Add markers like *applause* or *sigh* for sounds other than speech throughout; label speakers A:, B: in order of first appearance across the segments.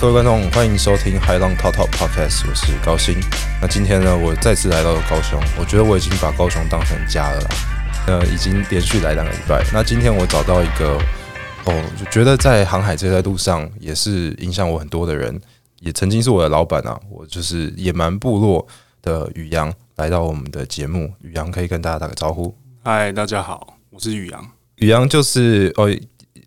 A: 各位观众，欢迎收听海浪滔滔 Podcast，我是高鑫。那今天呢，我再次来到了高雄，我觉得我已经把高雄当成家了啦。那已经连续来两个礼拜。那今天我找到一个，哦，我觉得在航海这条路上也是影响我很多的人，也曾经是我的老板啊。我就是野蛮部落的宇阳来到我们的节目，宇阳可以跟大家打个招呼。
B: 嗨，大家好，我是宇阳。
A: 宇阳就是哦，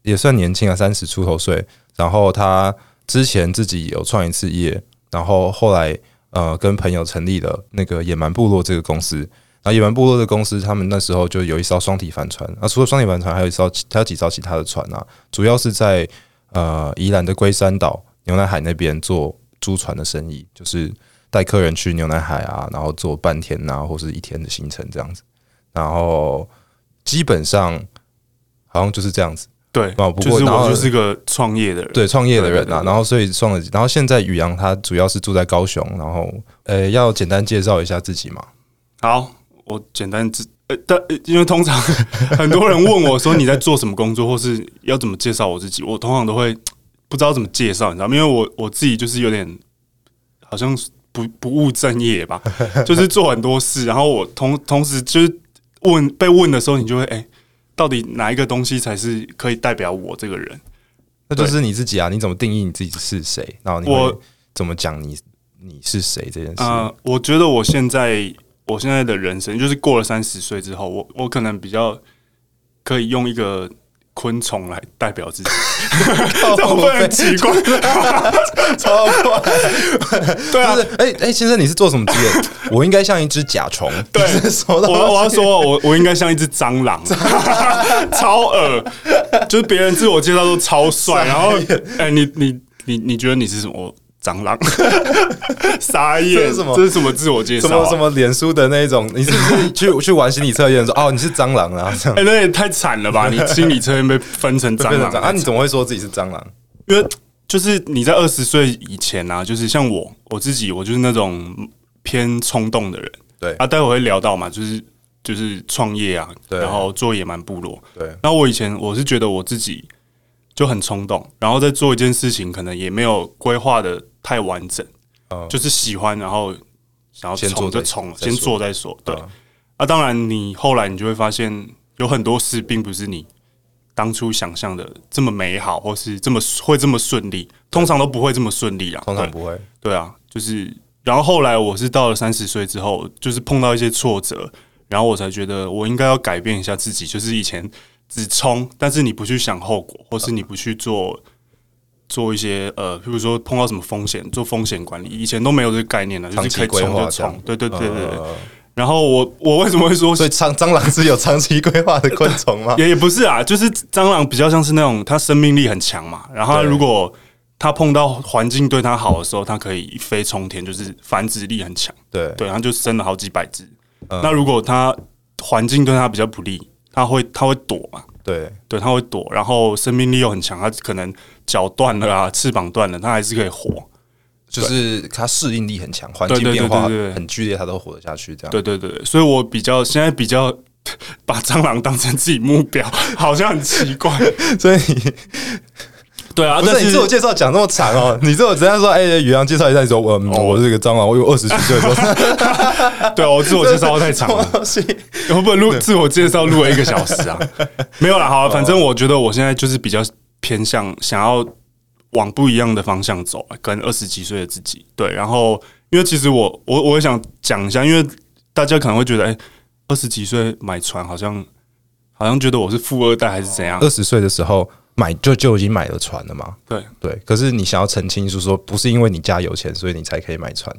A: 也算年轻啊，三十出头岁。然后他之前自己有创一次业，然后后来呃跟朋友成立了那个野蛮部落这个公司。然后野蛮部落的公司，他们那时候就有一艘双体帆船。那、啊、除了双体帆船，还有一艘其还有几艘其他的船啊，主要是在呃宜兰的龟山岛、牛奶海那边做租船的生意，就是带客人去牛奶海啊，然后做半天啊或是一天的行程这样子。然后基本上好像就是这样子。
B: 对，
A: 哦不过
B: 就是
A: 然后
B: 我就是个创业的人。
A: 对创业的人啊
B: 对对，对
A: 然后所以创了，然后现在宇阳他主要是住在高雄，然后呃，要简单介绍一下自己嘛。
B: 好，我简单自呃，但呃因为通常 *laughs* 很多人问我说你在做什么工作，或是要怎么介绍我自己，我通常都会不知道怎么介绍，你知道吗？因为我我自己就是有点好像不不务正
A: *laughs*
B: 业吧，就是做很多事，然后我同同时就是问被问的时候，你就会哎、到底哪一个东西才是可以代表我这个人？
A: 那就是你自己啊，你怎么定义你自己是谁？然后你会
B: 我
A: 怎么讲你你是谁这件事？ *laughs*
B: 呃，我觉得我现在我现在的人生，就是过了三十岁之后，我我可能比较可以用一个昆虫来代
A: *laughs*
B: 表自己，这
A: 哦
B: 样会不会很奇怪？
A: 超快！
B: 对啊
A: 就，是哎哎，先生，你是做什么职
B: *laughs*
A: 业？我应该像一只甲虫。
B: 对
A: 你 *laughs* 是什么
B: 我
A: 东西
B: 我要说，我我应该像一只
A: *laughs*
B: 蟑螂，超恶，就是别人自我介绍都超帅，然后哎、你你你你觉得你是什么？蟑螂， *laughs* 傻眼，
A: 这是什么
B: 这是什么自我介绍、
A: 什
B: 啊？
A: 么什么脸书的那一种，你是不是去去玩心理测验说哦你是蟑螂啊这样？
B: 哎、那也太惨了吧！你心理测验被分成蟑
A: 变
B: 螂
A: 成，啊？你怎么会说自己是蟑螂？
B: 因为就是你在二十岁以前啊，就是像我我自己，我就是那种偏冲动的人。
A: 对
B: 啊，待会会聊到嘛，就是就是创业啊，
A: 对
B: 然后做野蛮部落。
A: 对
B: 然后我以前我是觉得我自己就很冲动，然后在做一件事情，可能也没有规划的太完整，
A: 哦
B: 就是喜欢，然后想要
A: 先
B: 冲
A: 做再
B: 就冲，
A: 再
B: 先
A: 说
B: 做再说。对，
A: 嗯
B: 啊，当然你后来你就会发现，有很多事并不是你当初想象的这么美好，或是这么会这么顺利，通常都不会这么顺利啊。
A: 通常
B: 对
A: 不会。
B: 对啊，就是然后后来我是到了三十岁之后，就是碰到一些挫折，然后我才觉得我应该要改变一下自己，就是以前只冲，但是你不去想后果，或是你不去做。做一些呃，譬如说碰到什么风险，做风险管理，以前都没有这个概念的，啊就
A: 长
B: 是可
A: 期
B: 以
A: 规
B: 冲
A: 划
B: 就
A: 这样
B: 冲，，对对对对对。
A: 呃
B: 然后我我为什么会说
A: 所以蟑蟑螂是有长期规划的昆虫
B: *laughs*
A: 吗？
B: 也也不是啊，就是蟑螂比较像是那种它生命力很强嘛，然后它
A: 对
B: 如果它碰到环境对它好的时候，它可以一飞冲天，就是繁殖力很强，
A: 对
B: 对，它就生了好几百只。
A: 嗯
B: 那如果它环境对它比较不利，它会它会躲嘛，
A: 对
B: 对，它会躲，然后生命力又很强，它可能脚断了啊，翅膀断了，它还是可以活。
A: 就是它适应力很强，环
B: 对
A: 境
B: 对对
A: 变化
B: 对对对
A: 很剧烈，它都活得下去。这样，
B: 对对对，所以我比较现在比较 *laughs* 把蟑螂当成自己目标，好像很奇怪。
A: *laughs* 所以你
B: 对啊，
A: 不
B: 但
A: 是你自我介绍讲那么长哦， *laughs* 你这我直接说，哎，宇阳介绍一下，你说我嗯
B: 哦
A: 我是个蟑螂，我有二十几
B: *laughs*
A: 岁的时候，
B: 对啊，我自我介绍太长
A: 什么
B: 了。
A: 东西？
B: *laughs* 会不会录自我介绍录了一个小时啊？没有啦，好、啊，反正我觉得我现在就是比较偏向想要往不一样的方向走，跟二十几岁的自己对。然后，因为其实我我我也想讲一下，因为大家可能会觉得，哎、二十几岁买船好像好像觉得我是富二代还是怎样？
A: 二十岁的时候买就就已经买了船了嘛？
B: 对
A: 对，可是你想要澄清，就是说不是因为你家有钱，所以你才可以买船。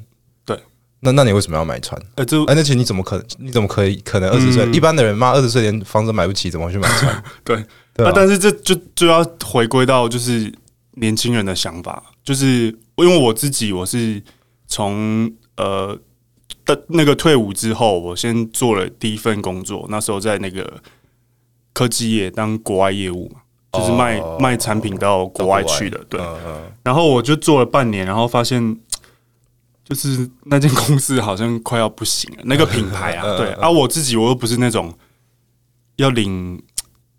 B: 对，
A: 那那你为什么要买船？
B: 呃，这
A: 哎，那且你怎么可你怎么可以可能二十岁？
B: 嗯
A: 一般的人妈二十岁连房子买不起，怎么会去买船？
B: 对，
A: 对啊
B: 啊，但是这就就要回归到就是年轻人的想法，就是因为我自己我是从呃的那个退伍之后，我先做了第一份工作，那时候在那个科技业当国外业务嘛，就是卖、
A: 哦
B: 卖产品到国外去的，对。
A: 嗯嗯
B: 然后我就做了半年，然后发现就是那间公司好像快要不行了，那个品牌啊，对啊，我自己我又不是那种要领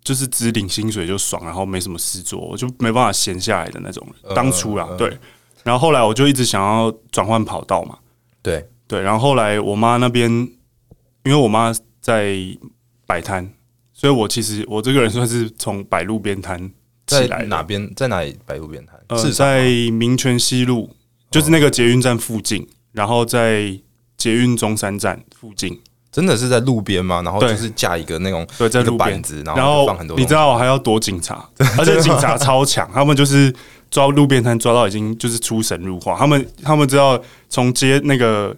B: 就是只领薪水就爽，然后没什么事做，我就没办法闲下来的那种人，当初啦，对。然后后来我就一直想要转换跑道嘛，
A: 对，
B: 对，然后后来我妈那边，因为我妈在摆摊，所以我其实我这个人算是从摆路边摊
A: 在
B: 起来的
A: 哪？边，在哪里摆路边摊？
B: 呃，
A: 市场
B: 在
A: 吗
B: 民权西路，就是那个捷运站附近，然后在捷运中山站附近，
A: 真的是在路边吗？然后
B: 对
A: 就是架一个那种
B: 对，在
A: 一个
B: 路边
A: 板。子，然
B: 然
A: 后
B: 后
A: 放很多
B: 你
A: 东
B: 知
A: 西。
B: 道我还要躲
A: *laughs*
B: 警察，而且警察超强，他们就是抓路边摊抓到已经就是出神入化，他们他们知道从街那个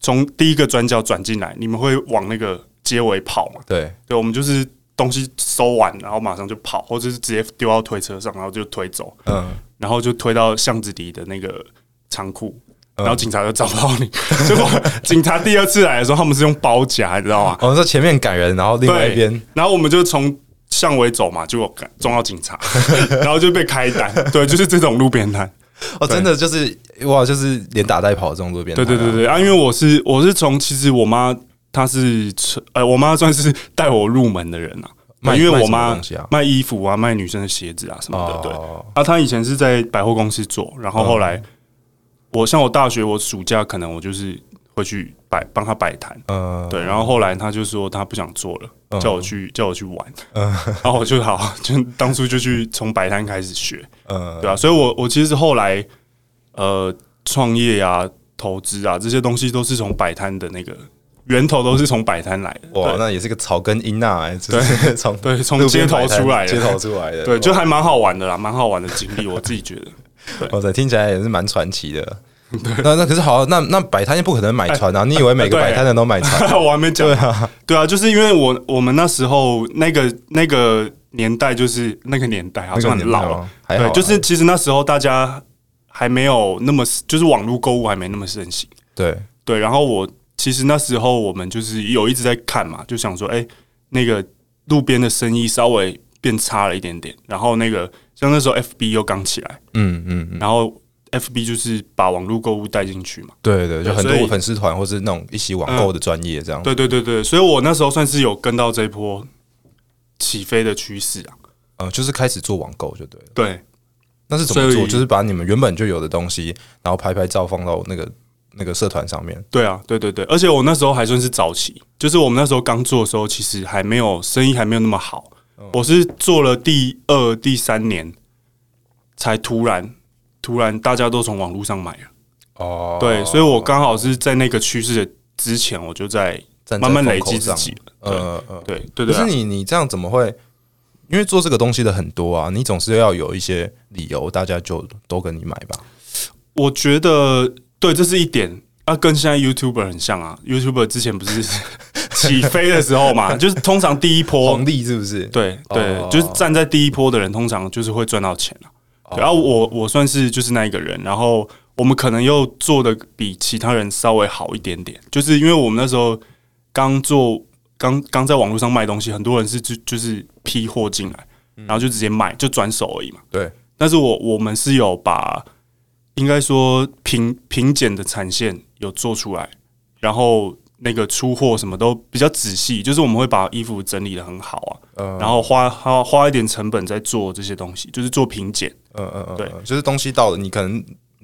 B: 从第一个转角转进来，你们会往那个街尾跑嘛？
A: 对，
B: 对，我们就是东西收完，然后马上就跑，或者是直接丢到推车上，然后就推走，
A: 嗯，
B: 然后就推到巷子里的那个仓库。
A: 嗯
B: 然后警察就找不到你， *laughs* 结果警察第二次来的时候，他们是用包夹，你知道吗？
A: 我们哦说前面赶人，然后另外一边
B: 然后我们就从巷尾走嘛，结果撞到
A: *laughs*
B: 警察，然后就被开单。对，就是这种路边摊。
A: 哦，真的就是哇，就是连打带跑这种路边
B: 对
A: 摊啊。
B: 对对对啊！因为我是我是从其实我妈她是呃，我妈算是带我入门的人啊，
A: 卖
B: 因为
A: 卖
B: 我
A: 什么
B: 妈
A: 东西啊
B: 卖衣服啊，卖女生的鞋子啊什么的。对，
A: 哦，
B: 啊，他以前是在百货公司做，然后
A: 嗯
B: 后来、我像我大学，我暑假可能我就是会去摆帮他摆摊，
A: 嗯，
B: 对，然后后来他就说他不想做了，
A: 嗯
B: 叫我去叫我去玩，然后我就好，就当初就去从摆摊开始学，
A: 嗯，
B: 对啊，所以我我其实后来呃创业啊、投资啊这些东西都是从摆摊的那个源头都是从摆摊来的，
A: 哇，
B: 对
A: 那也是个草根音呐，哎就是从
B: 对，从
A: 路
B: 街
A: 边
B: 头
A: 摆摊
B: 出来
A: 街
B: 的，
A: 头出来的，
B: 对，就还蛮好玩的啦，蛮好玩的经历，我自己觉得。
A: 哇塞，哦听起来也是蛮传奇的。那那可是好啊，那那摆摊也不可能买船啊！你以为每个
B: 哎对
A: 摆摊的都买船？
B: *laughs* 我还没讲。对啊，就是因为我我们那时候那个那个年代，就是那个年代
A: 那
B: 好
A: 个
B: 像
A: 年
B: 很
A: 代
B: 老
A: 吗
B: 了，
A: 还好啊，
B: 对，就是其实那时候大家还没有那么，就是网络购物还没那么盛行。
A: 对，
B: 对，然后我其实那时候我们就是有一直在看嘛，就想说，哎、那个路边的生意稍微变差了一点点，然后那个像那时候 FB 又刚起来，
A: 嗯嗯嗯，
B: 然后 FB 就是把网络购物带进去嘛。
A: 对对，就
B: 对
A: 很
B: 所
A: 多
B: 以嗯
A: 粉丝团或是那种一起网购的专业这样。
B: 对对对对，所以我那时候算是有跟到这一波起飞的趋势啊。
A: 呃，就是开始做网购就对了。
B: 对，
A: 那是怎么
B: 所
A: 做？
B: 以
A: 就是把你们原本就有的东西，然后拍拍照放到那个那个社团上面。
B: 对啊，对对对，而且我那时候还算是早期，就是我们那时候刚做的时候，其实还没有生意还没有那么好。
A: 嗯
B: 我是做了第二、第三年，才突然突然大家都从网络上买了。
A: 哦
B: 对，所以我刚好是在那个趋势的之前，我就在
A: 站在
B: 慢慢累
A: 风口
B: 积自
A: 上
B: 己了。
A: 呃呃，
B: 对对
A: 可
B: 对啊、
A: 是你你这样怎么会？因为做这个东西的很多啊，你总是要有一些理由，大家就都跟你买吧。
B: 我觉得对，这是一点。啊，跟现在 YouTuber 很像啊！YouTuber 之前不是 *laughs* 起飞的时候
A: *laughs*
B: 嘛，就是通常第一波
A: 红，利是不是？
B: 对对，
A: 哦
B: 就是站在第一波的人，通常就是会赚到钱啊。
A: 哦，
B: 然后我我算是就是那一个人，然后我们可能又做的比其他人稍微好一点点，就是因为我们那时候刚做刚刚在网络上卖东西，很多人是就就是批货进来，
A: 嗯
B: 然后就直接卖，就转手而已嘛。
A: 对，
B: 但是我我们是有把应该说品品检的产线有做出来，然后那个出货什么都比较仔细，就是我们会把衣服整理的很好啊，
A: 呃
B: 然后花花花一点成本在做这些东西，就是做品检。
A: 呃呃呃，
B: 对
A: 呃就是东西到了，你可能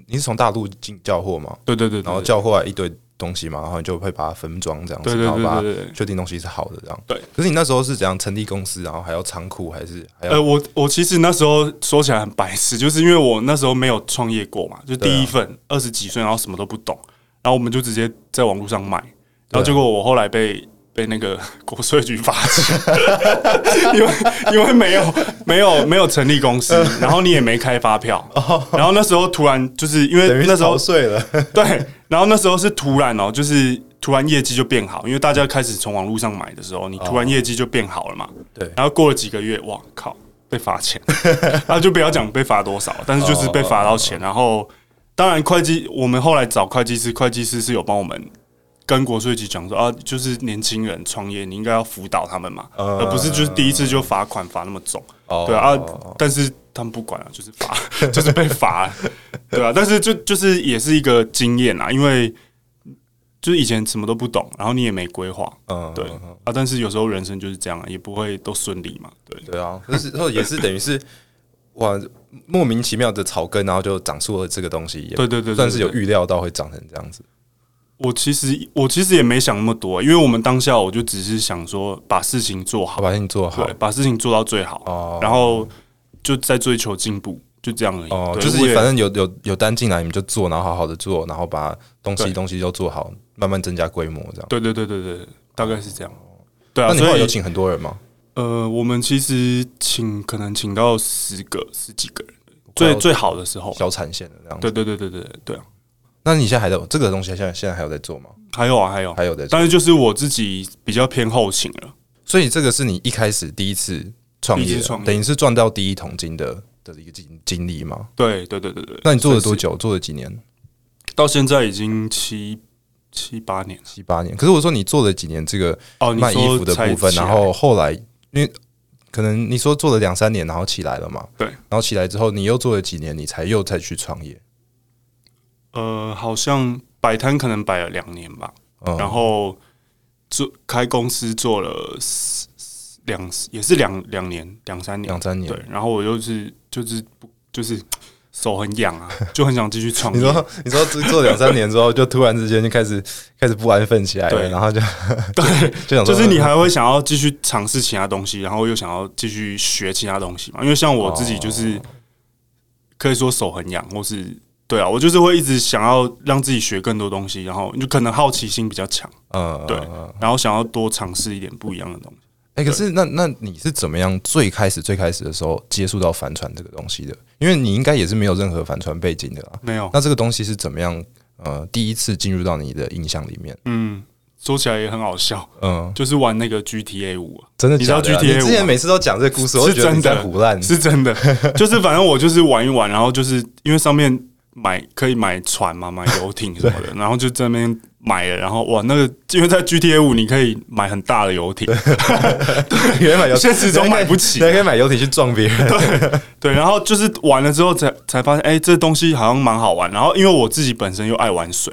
A: 你是从大陆进交货嘛，
B: 对对对，对
A: 然后叫过来一堆东西嘛，然后你就会把它分装这样
B: 对
A: 子，
B: 对
A: 然后
B: 对
A: 把
B: 对
A: 它
B: 对对。
A: 确定东西是好的这样。
B: 对，
A: 可是你那时候是怎样成立公司，然后还要仓库，还是还
B: 呃，
A: 要
B: 我我其实那时候说起来很白痴，就是因为我那时候没有创业过嘛，就
A: 啊
B: 第一份二十几岁，然后什么都不懂，然后我们就直接在网络上卖，然后结果我后来被被那个 *laughs* 国税局罚钱， *laughs* 因为因为没有没有没有成立公司，
A: 嗯
B: 然后你也没开发票，然后那时候突然就是因
A: 哦等于
B: 为那
A: 是
B: 时候
A: 逃税了？
B: *laughs* 对，然后那时候是突然哦、就是突然业绩就变好，因为大家开始从网络上买的时候，你突
A: 哦
B: 然业绩就变好了嘛。
A: 对
B: 然后过了几个月，哇靠，被罚钱， *laughs* 然后就不要讲被罚多少，但是就是被罚到钱。然后当然会计，我们后来找会计师，会计师是有帮我们。跟国税局讲说啊，就是年轻人创业，你应该要辅导他们嘛，
A: 嗯
B: 而不是就是第一次就罚款罚那么重。
A: 哦
B: 对啊，但是他们不管啊，就是罚， *laughs* 就是被罚，对啊。但是就就是也是一个经验啊，因为就是以前什么都不懂，然后你也没规划，
A: 嗯，
B: 对啊。但是有时候人生就是这样啊，也不会都顺利嘛，对
A: 对啊，就是也是等于是哇，莫名其妙的草根，然后就长出了这个东西，也
B: 对对对，对
A: 算是有
B: 对
A: 预料到会长成这样子。
B: 我其实我其实也没想那么多，因为我们当下我就只是想说把事情做
A: 好，
B: 好，
A: 把你做好
B: 对，把事情做到最好，
A: 哦，
B: 然后就在追求进步，就这样而已。
A: 哦，
B: 对
A: 就是
B: 我也
A: 反正有有有单进来，你们就做，然后好好的做，然后把东西
B: 对
A: 东西都做好，慢慢增加规模这样。
B: 对对对对对，大概是这样。对
A: 哦那
B: 啊，
A: 你后
B: 所
A: 来有
B: 以
A: 请很多人吗？
B: 呃，我们其实请可能请到十个、十几个人，最最好的时候。
A: 小产线的这样。
B: 对，对对对对对啊，
A: 那你现在还在这个东西，现在现在还有在做吗？
B: 还有啊还有，
A: 还有在做，
B: 但是就是我自己比较偏后勤了。
A: 所以这个是你一开始第一次创
B: 第
A: 业
B: 一次创，业
A: 等于是赚到第一桶金的的一个经经历吗？
B: 对对对对对，
A: 那你做了
B: 算
A: 多
B: 是？
A: 久？做了几年？
B: 到现在已经七七八年了。
A: 七八年。可是我说你做了几年这个
B: 哦，你
A: 卖衣
B: 说
A: 服的
B: 才
A: 部分，
B: 起来
A: 然后后来因为可能你说做了两三年，然后起来了嘛，
B: 对
A: 然后起来之后你又做了几年，你才又再去创业，
B: 呃，好像摆摊可能摆了两年吧，
A: 嗯，
B: 然后做开公司做了四两也是两两年两三年
A: 两，三年
B: 对，，然后我就是就是不就是手很痒啊，就很想继续创
A: *laughs* 你
B: 业，
A: 说你说做做两三年之后，就突然之间就开始开始不安分起来了，
B: 对
A: 然后就
B: 对，
A: 就想说嗯
B: 就是你还会想要继续尝试其他东西，然后又想要继续学其他东西嘛？因为像我自己就是
A: 哦
B: 可以说手很痒，或是对啊，我就是会一直想要让自己学更多东西，然后你就可能好奇心比较强，
A: 嗯，
B: 对
A: 嗯嗯
B: 然后想要多尝试一点不一样的东西。
A: 哎、可是那那你是怎么样最开始最开始的时候接触到帆船这个东西的？因为你应该也是没有任何帆船背景的啦。
B: 没有，
A: 那这个东西是怎么样？呃，第一次进入到你的印象里面，
B: 嗯，说起来也很好笑，
A: 嗯，
B: 就是玩那个 GTA 五、啊，
A: 真的
B: 你
A: 假的
B: 知道
A: 啊
B: GTA
A: 你之
B: 五
A: 前
B: 吗
A: 每次都讲这个故事，我就是觉得你
B: 真的
A: 在胡乱。
B: 是真的，就是反正我就是玩一玩，然后就是因为上面买可以买船嘛，买游艇什么的，然后就这边买了，然后哇，那个因为在 GTA 五你可以买很大的游艇，
A: *laughs* 原本有
B: 现实中买不起
A: 你还可以买游艇去撞别
B: *laughs*
A: 人。
B: 对，然后就是玩了之后才才发现，哎、这东西好像蛮好玩。然后因为我自己本身又爱玩水，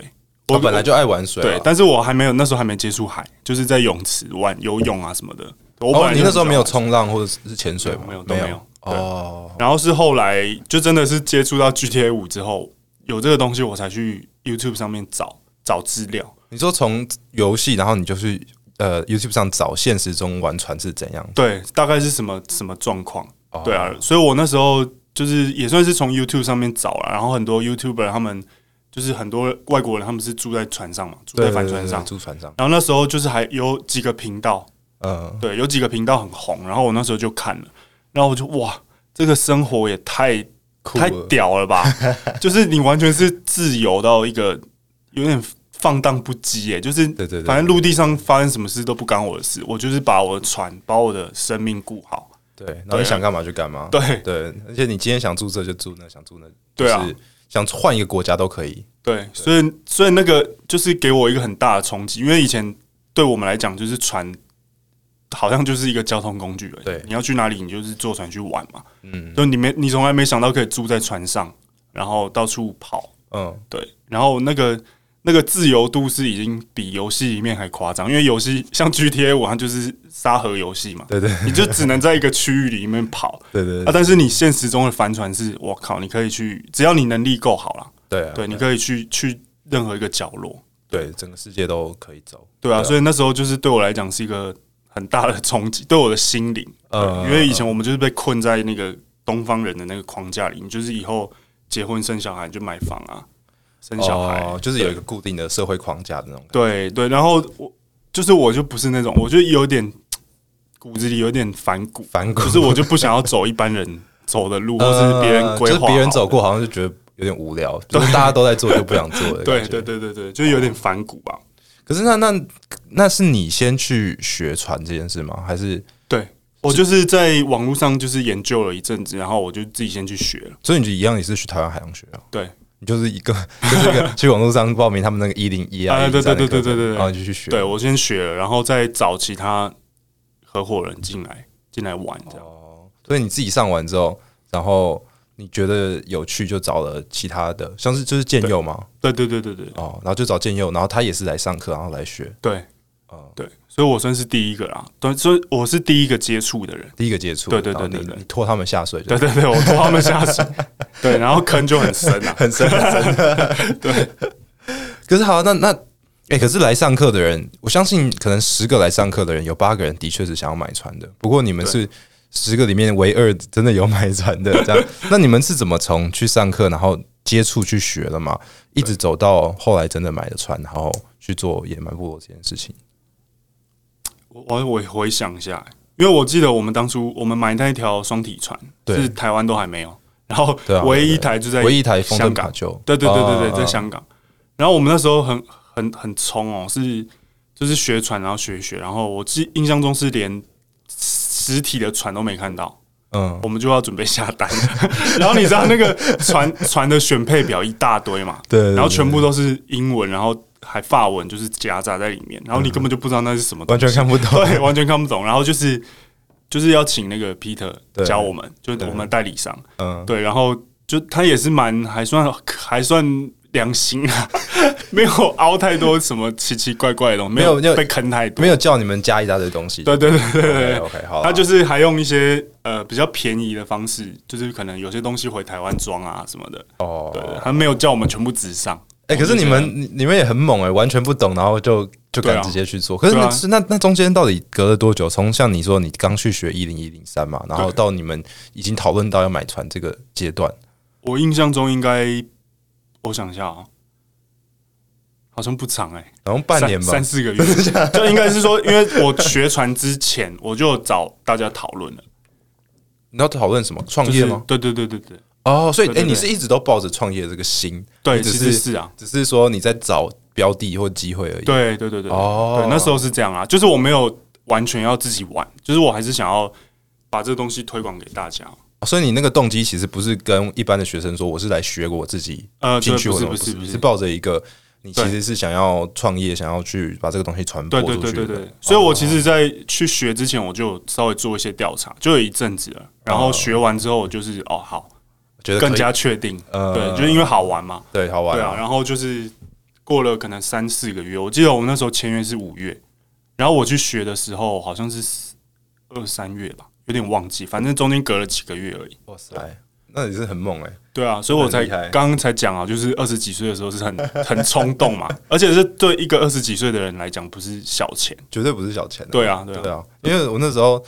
A: 我本来就爱玩水啊、
B: 对，但是我还没有那时候还没接触海，就是在泳池玩游泳啊什么的。我本
A: 哦，
B: 来
A: 你
B: 就
A: 那时候
B: 很喜欢
A: 没有
B: 玩
A: 冲啊浪或者是潜水吗？
B: 没有都没有对
A: 哦，
B: 然后是后来就真的是接触到 GTA 五之后，有这个东西我才去 YouTube 上面找找资料。
A: 你说从游戏，然后你就去呃 YouTube 上找现实中玩船是怎样？
B: 对，大概是什么什么状况？
A: 哦
B: 对啊，所以我那时候就是也算是从 YouTube 上面找了，然后很多 YouTuber 他们就是很多外国人，他们是住在船上嘛，住
A: 对，
B: 在
A: 对
B: 帆船上
A: 对对。住船上，
B: 然后那时候就是还有几个频道，
A: 嗯，
B: 对，有几个频道很红，然后我那时候就看了，然后我就哇，这个生活也太
A: 酷
B: 太
A: 了，
B: 屌
A: *laughs*
B: 了吧！就是你完全是自由到一个有点放荡不羁耶，就是
A: 对对对，
B: 反正陆地上发生什么事都不干我的事，我就是把我的船、把我的生命顾好。
A: 对，然后你想干嘛就干嘛，
B: 对
A: 对，而且你今天想住这就住那，想住那，
B: 对啊，
A: 就是想换一个国家都可以，
B: 对，所以所以那个就是给我一个很大的冲击，因为以前对我们来讲，就是船好像就是一个交通工具而已。
A: 对
B: 你要去哪里，你就是坐船去玩嘛。
A: 嗯
B: 就你没你从来没想到可以住在船上，然后到处跑。
A: 嗯，
B: 对，然后那个那个自由度是已经比游戏里面还夸张，因为游戏像 GTA 五，它就是沙盒游戏嘛，
A: 对对
B: 你就只能在一个区域里面跑
A: 对 *laughs* 对
B: 啊。但是你现实中的帆船是，我靠，你可以去，只要你能力够好啦，
A: 对啊
B: 对，你可以去去任何一个角落，
A: 对整个世界都可以走，
B: 对啊。
A: 对啊
B: 所以那时候就是对我来讲是一个很大的冲击，对我的心灵，
A: 呃，
B: 因为以前我们就是被困在那个东方人的那个框架里，你就是以后结婚生小孩就买房啊，生小孩、
A: 哦就是有
B: 对
A: 一个固定的社会框架的那种感觉，
B: 对对，然后我就是我就不是那种，我就有点骨子里有点反骨，
A: 反骨 *laughs*
B: 就是我就不想要走一般人走的路，或是
A: 呃
B: 别人规
A: 就是
B: 划好的，
A: 别人走过，好像就觉得有点无聊，就是大家都在做就不想做的，
B: *laughs* 对。对对对对，就是
A: 哦
B: 有点反骨吧。
A: 可是那那那是你先去学船这件事吗？还是
B: 我就是在网络上就是研究了一阵子，然后我就自己先去学了。
A: 所以你就一样也是去台湾海洋学啊？
B: 对，
A: 你就是一个 *laughs* 就是一
B: *laughs*
A: 个去网络上报名他们那个一零一啊，
B: 啊对
A: 103的
B: 对对
A: 课程
B: 对对对对
A: 然后你就去学。
B: 对我先学了，然后再找其他合伙人进来进来玩这样。
A: 哦，所以你自己上完之后，然后你觉得有趣就找了其他的，像是就是建佑嘛，
B: 对对对对对
A: 哦，然后就找建佑，然后他也是来上课，然后来学。
B: 对，
A: 呃
B: 对，所以我算是第一个啦，对，所以我是第一个接触的人。
A: 第一个接触，
B: 对对
A: 然后
B: 对对
A: 你
B: 对
A: 你拖他们下水就
B: 对对对，我拖他们
A: *laughs*
B: 下水，对，然后坑就很深啊，
A: 很深很深的。
B: *laughs*
A: 对，可是好，那那哎、可是来上课的人，我相信可能十个来上课的人，有八个人的确是想要买船的。不过你们是十个里面唯二真的有买船的，
B: *laughs*
A: 这样。那你们是怎么从去上课，然后接触去学的嘛？一直走到后来真的买了船，然后去做野蛮部落这件事情。
B: 我我我回想一下，因为我记得我们当初我们买那一条双体船，
A: 对
B: 是台湾都还没有，然后
A: 对啊
B: 唯一一台就在
A: 唯一一台风筝
B: 香
A: 卡
B: 港，
A: 就，
B: 对对对对
A: 啊
B: 对，在香港。然后我们那时候很很很冲哦，是就是学船，然后学一学，然后我记印象中是连实体的船都没看到，
A: 嗯，
B: 我们就要准备下单。 *laughs* 然后你知道那个船船的选配表一大堆嘛，
A: 对对对
B: 然后全部都是英文，然后还法文，就是夹杂在里面，然后你根本就不知道那是什么东
A: 完
B: 西，
A: 全看不懂。
B: 对，完全看不懂。然后就是就是要请那个 Peter
A: 对
B: 教我们，就是
A: 对
B: 我们代理商，
A: 嗯，
B: 对，然后就他也是蛮还算还算良心啊， *laughs* 没有凹太多什么奇奇怪怪的东西，没
A: 没有没有
B: 被坑太多
A: 没。有叫你们加一大堆东西。
B: 对对对对对对
A: OK，好啦，
B: 他就是还用一些呃比较便宜的方式，就是可能有些东西回台湾装啊什么的，
A: 哦，
B: 对，他没有叫我们全部直上。
A: 哎、可是你们你你们也很猛哎、完全不懂，然后就就
B: 对
A: 敢
B: 啊
A: 直接去做。可是那、
B: 对啊
A: 是那那中间到底隔了多久？从像你说你刚去学一零一零三嘛，然后到你们已经讨论到要买船这个阶段，
B: 我印象中应该，我想一下啊、好像不长哎、
A: 然后半年
B: 三
A: 吧
B: 三，四个月，
A: *laughs*
B: 就应该是说，因为我学船之前我就找大家讨论了，
A: 你要讨论什么创
B: 就是
A: 业吗？
B: 对对对对对
A: 哦，所以哎、
B: 对对对
A: 你是一直都抱着创业这个心，
B: 对，
A: 你只
B: 其实
A: 是
B: 是啊，
A: 只是说你在找标的或机会而已。
B: 对对对对，
A: 哦
B: 对，那时候是这样啊，就是我没有完全要自己玩，就是我还是想要把这个东西推广给大家。
A: 哦所以你那个动机其实不是跟一般的学生说我是来学我自己
B: 呃，对
A: 进
B: 不
A: 去
B: 是
A: 活动，
B: 不是不
A: 你
B: 是
A: 是，抱着一个你其
B: 对
A: 实是想要创业，想要去把这个东西传播
B: 对
A: 出
B: 对
A: 去的。哦
B: 对对对，所以我其实，在去学之前，我就有稍微做一些调查，就有一阵子了。然后学完之后，我就是哦好，
A: 觉哦得可以
B: 更加确定，
A: 呃
B: 对，就是因为好玩嘛，
A: 对，好玩哦
B: 对啊。然后就是过了可能三四个月，我记得我们那时候签约是五月，然后我去学的时候好像是二三月吧，有点忘记，反正中间隔了几个月而已。
A: 哇塞，那也是很猛哎、
B: 对啊，所以我才
A: 很厉害
B: 刚刚才讲啊，就是二十几岁的时候是很 *laughs* 很冲动嘛，而且是对一个二十几岁的人来讲不是小钱。
A: 绝对不是小钱、啊。
B: 对啊，对啊，
A: 对啊，因为我那时候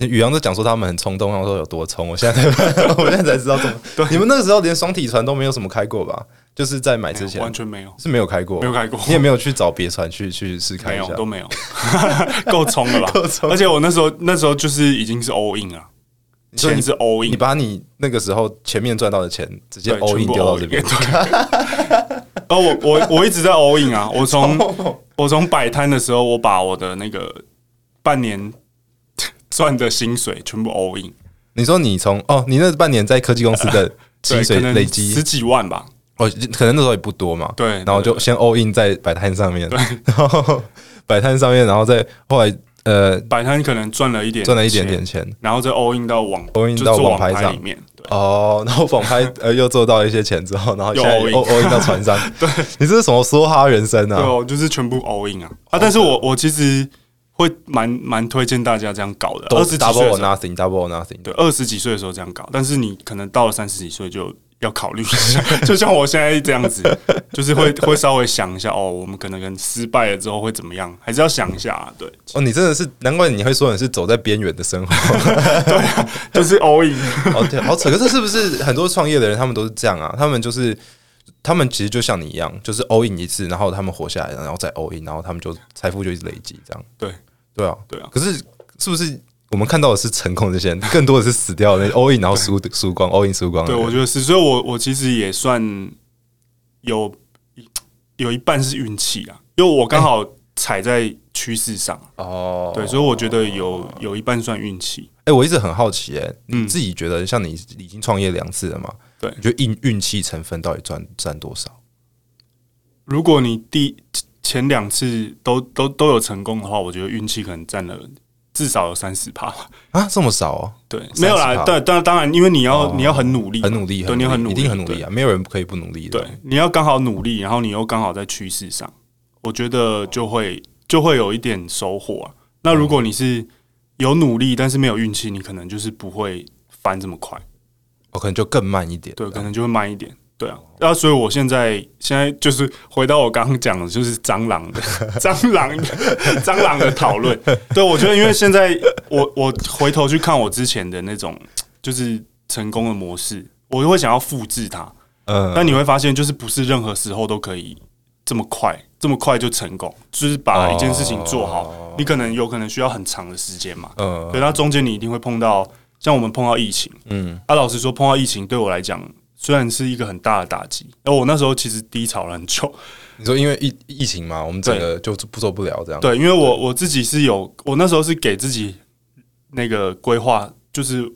A: 宇阳都讲说他们很冲动，然后说有多冲，我现在才 *laughs* 我现在才知道怎么。你们那个时候连双体船都没有什么开过吧？就是在买
B: 没
A: 之
B: 有
A: 前
B: 完全没有，
A: 是没有开过，
B: 没有开过
A: 你也没有去找别船去去试 *laughs* 开
B: 没
A: 一下
B: 有。都没有， *laughs* 够冲了吧？
A: *laughs* 够冲
B: 而且我那时候那时候就是已经是 all in 了，
A: 你说你
B: 钱是 all in，
A: 你把你那个时候前面赚到的钱直接
B: 对
A: all
B: 全
A: in
B: 部
A: 丢到
B: all
A: 这
B: in
A: 边，
B: *laughs* 哦，我我我一直在 all in 啊，我
A: *laughs*
B: 从
A: 超猛
B: 我从摆摊的时候，我把我的那个半年赚的薪水全部 all in，
A: 你说你从哦，你那半年在科技公司的薪
B: *laughs* 对，
A: 水
B: 可能
A: 累积
B: 十几万吧，
A: 哦，可能那时候也不多嘛，
B: 对
A: 然后就先 all in 在摆摊上面，然后摆摊上面，然后再后来呃
B: 摆摊可能赚了一点
A: 赚了一点点，钱，
B: 然后再 all in 到网
A: all in
B: 就
A: 到
B: 做
A: 网拍
B: 拍
A: 上
B: 里面，对，
A: 哦，然后网拍呃又做到了一些钱之后，然后
B: 又
A: 现在
B: all in
A: all all in 到船上，对，你这是什么梭哈人生
B: 对
A: 啊？
B: 哦，就是全部 all in 啊啊！但是我我其实会蛮蛮推荐大家这样搞的，
A: 都
B: 二十
A: 是
B: 几岁
A: double 啊 or
B: 的时候
A: nothing，double or nothing，
B: 对，二十几岁的时候这样搞，但是你可能到了三十几岁就要考虑一下， *laughs* 就像我现在这样
A: *laughs*
B: 子，就是会会稍微想一下哦，我们可能跟失败了之后会怎么样，还是要想一下、啊，对，
A: 哦，你真的是难怪你会说你是走在边缘的生活，
B: 就是
A: *laughs*
B: all in，
A: 哦对，好扯。可是是不是很多创业的人他们都是这样啊？他们就是。他们其实就像你一样，就是 all in 一次，然后他们活下来，然后再 all in，然后他们就财富就一直累积，这样。
B: 对
A: 对啊，
B: 对啊，
A: 可是是不是我们看到的是成功的这些人，更多的是死掉的那 all in 然后输输光 all in 输光的
B: 对
A: 人。
B: 我觉得是，所以我我其实也算有有一半是运气啊，因为我刚好踩在趋势上，啊
A: 哦，
B: 对，所以我觉得有有一半算运气，
A: 哎、我一直很好奇、哎，你自己觉得像你已经创业两次了嘛？
B: 嗯对
A: 你觉得运运气成分到底占占多少？
B: 如果你第前两次都都都有成功的话，我觉得运气可能占了至少有三十趴。 *laughs*
A: 啊，这么少哦，
B: 对，
A: 30%
B: 没有啦，对，当当然，因为你要、你要很努力嘛，
A: 哦很努力，
B: 对，你要很努力，
A: 一定很努力啊，没有人可以不努力的。
B: 对。对，你要刚好努力，然后你又刚好在趋势上，我觉得就会就会有一点收获啊。那如果你是有努力，但是没有运气，你可能就是不会翻这么快，
A: 我哦可能就更慢一点。
B: 对，可能就会慢一点。对啊，那所以我现在现在就是回到我刚刚讲的，就是蟑螂的蟑螂的蟑螂的讨论。对，我觉得因为现在我我回头去看我之前的那种就是成功的模式，我就会想要复制它。
A: 嗯，
B: 但你会发现，就是不是任何时候都可以这么快，这么快就成功，就是把一件事情做好，
A: 哦
B: 你可能有可能需要很长的时间嘛。
A: 嗯
B: 对，那中间你一定会碰到，像我们碰到疫情，
A: 嗯，
B: 啊，老实说，碰到疫情对我来讲，虽然是一个很大的打击，而我那时候其实低潮了很久，
A: 你说因为疫疫情嘛，我们整个就不做不了这样。，
B: 对，因为我我自己是有，我那时候是给自己那个规划，就是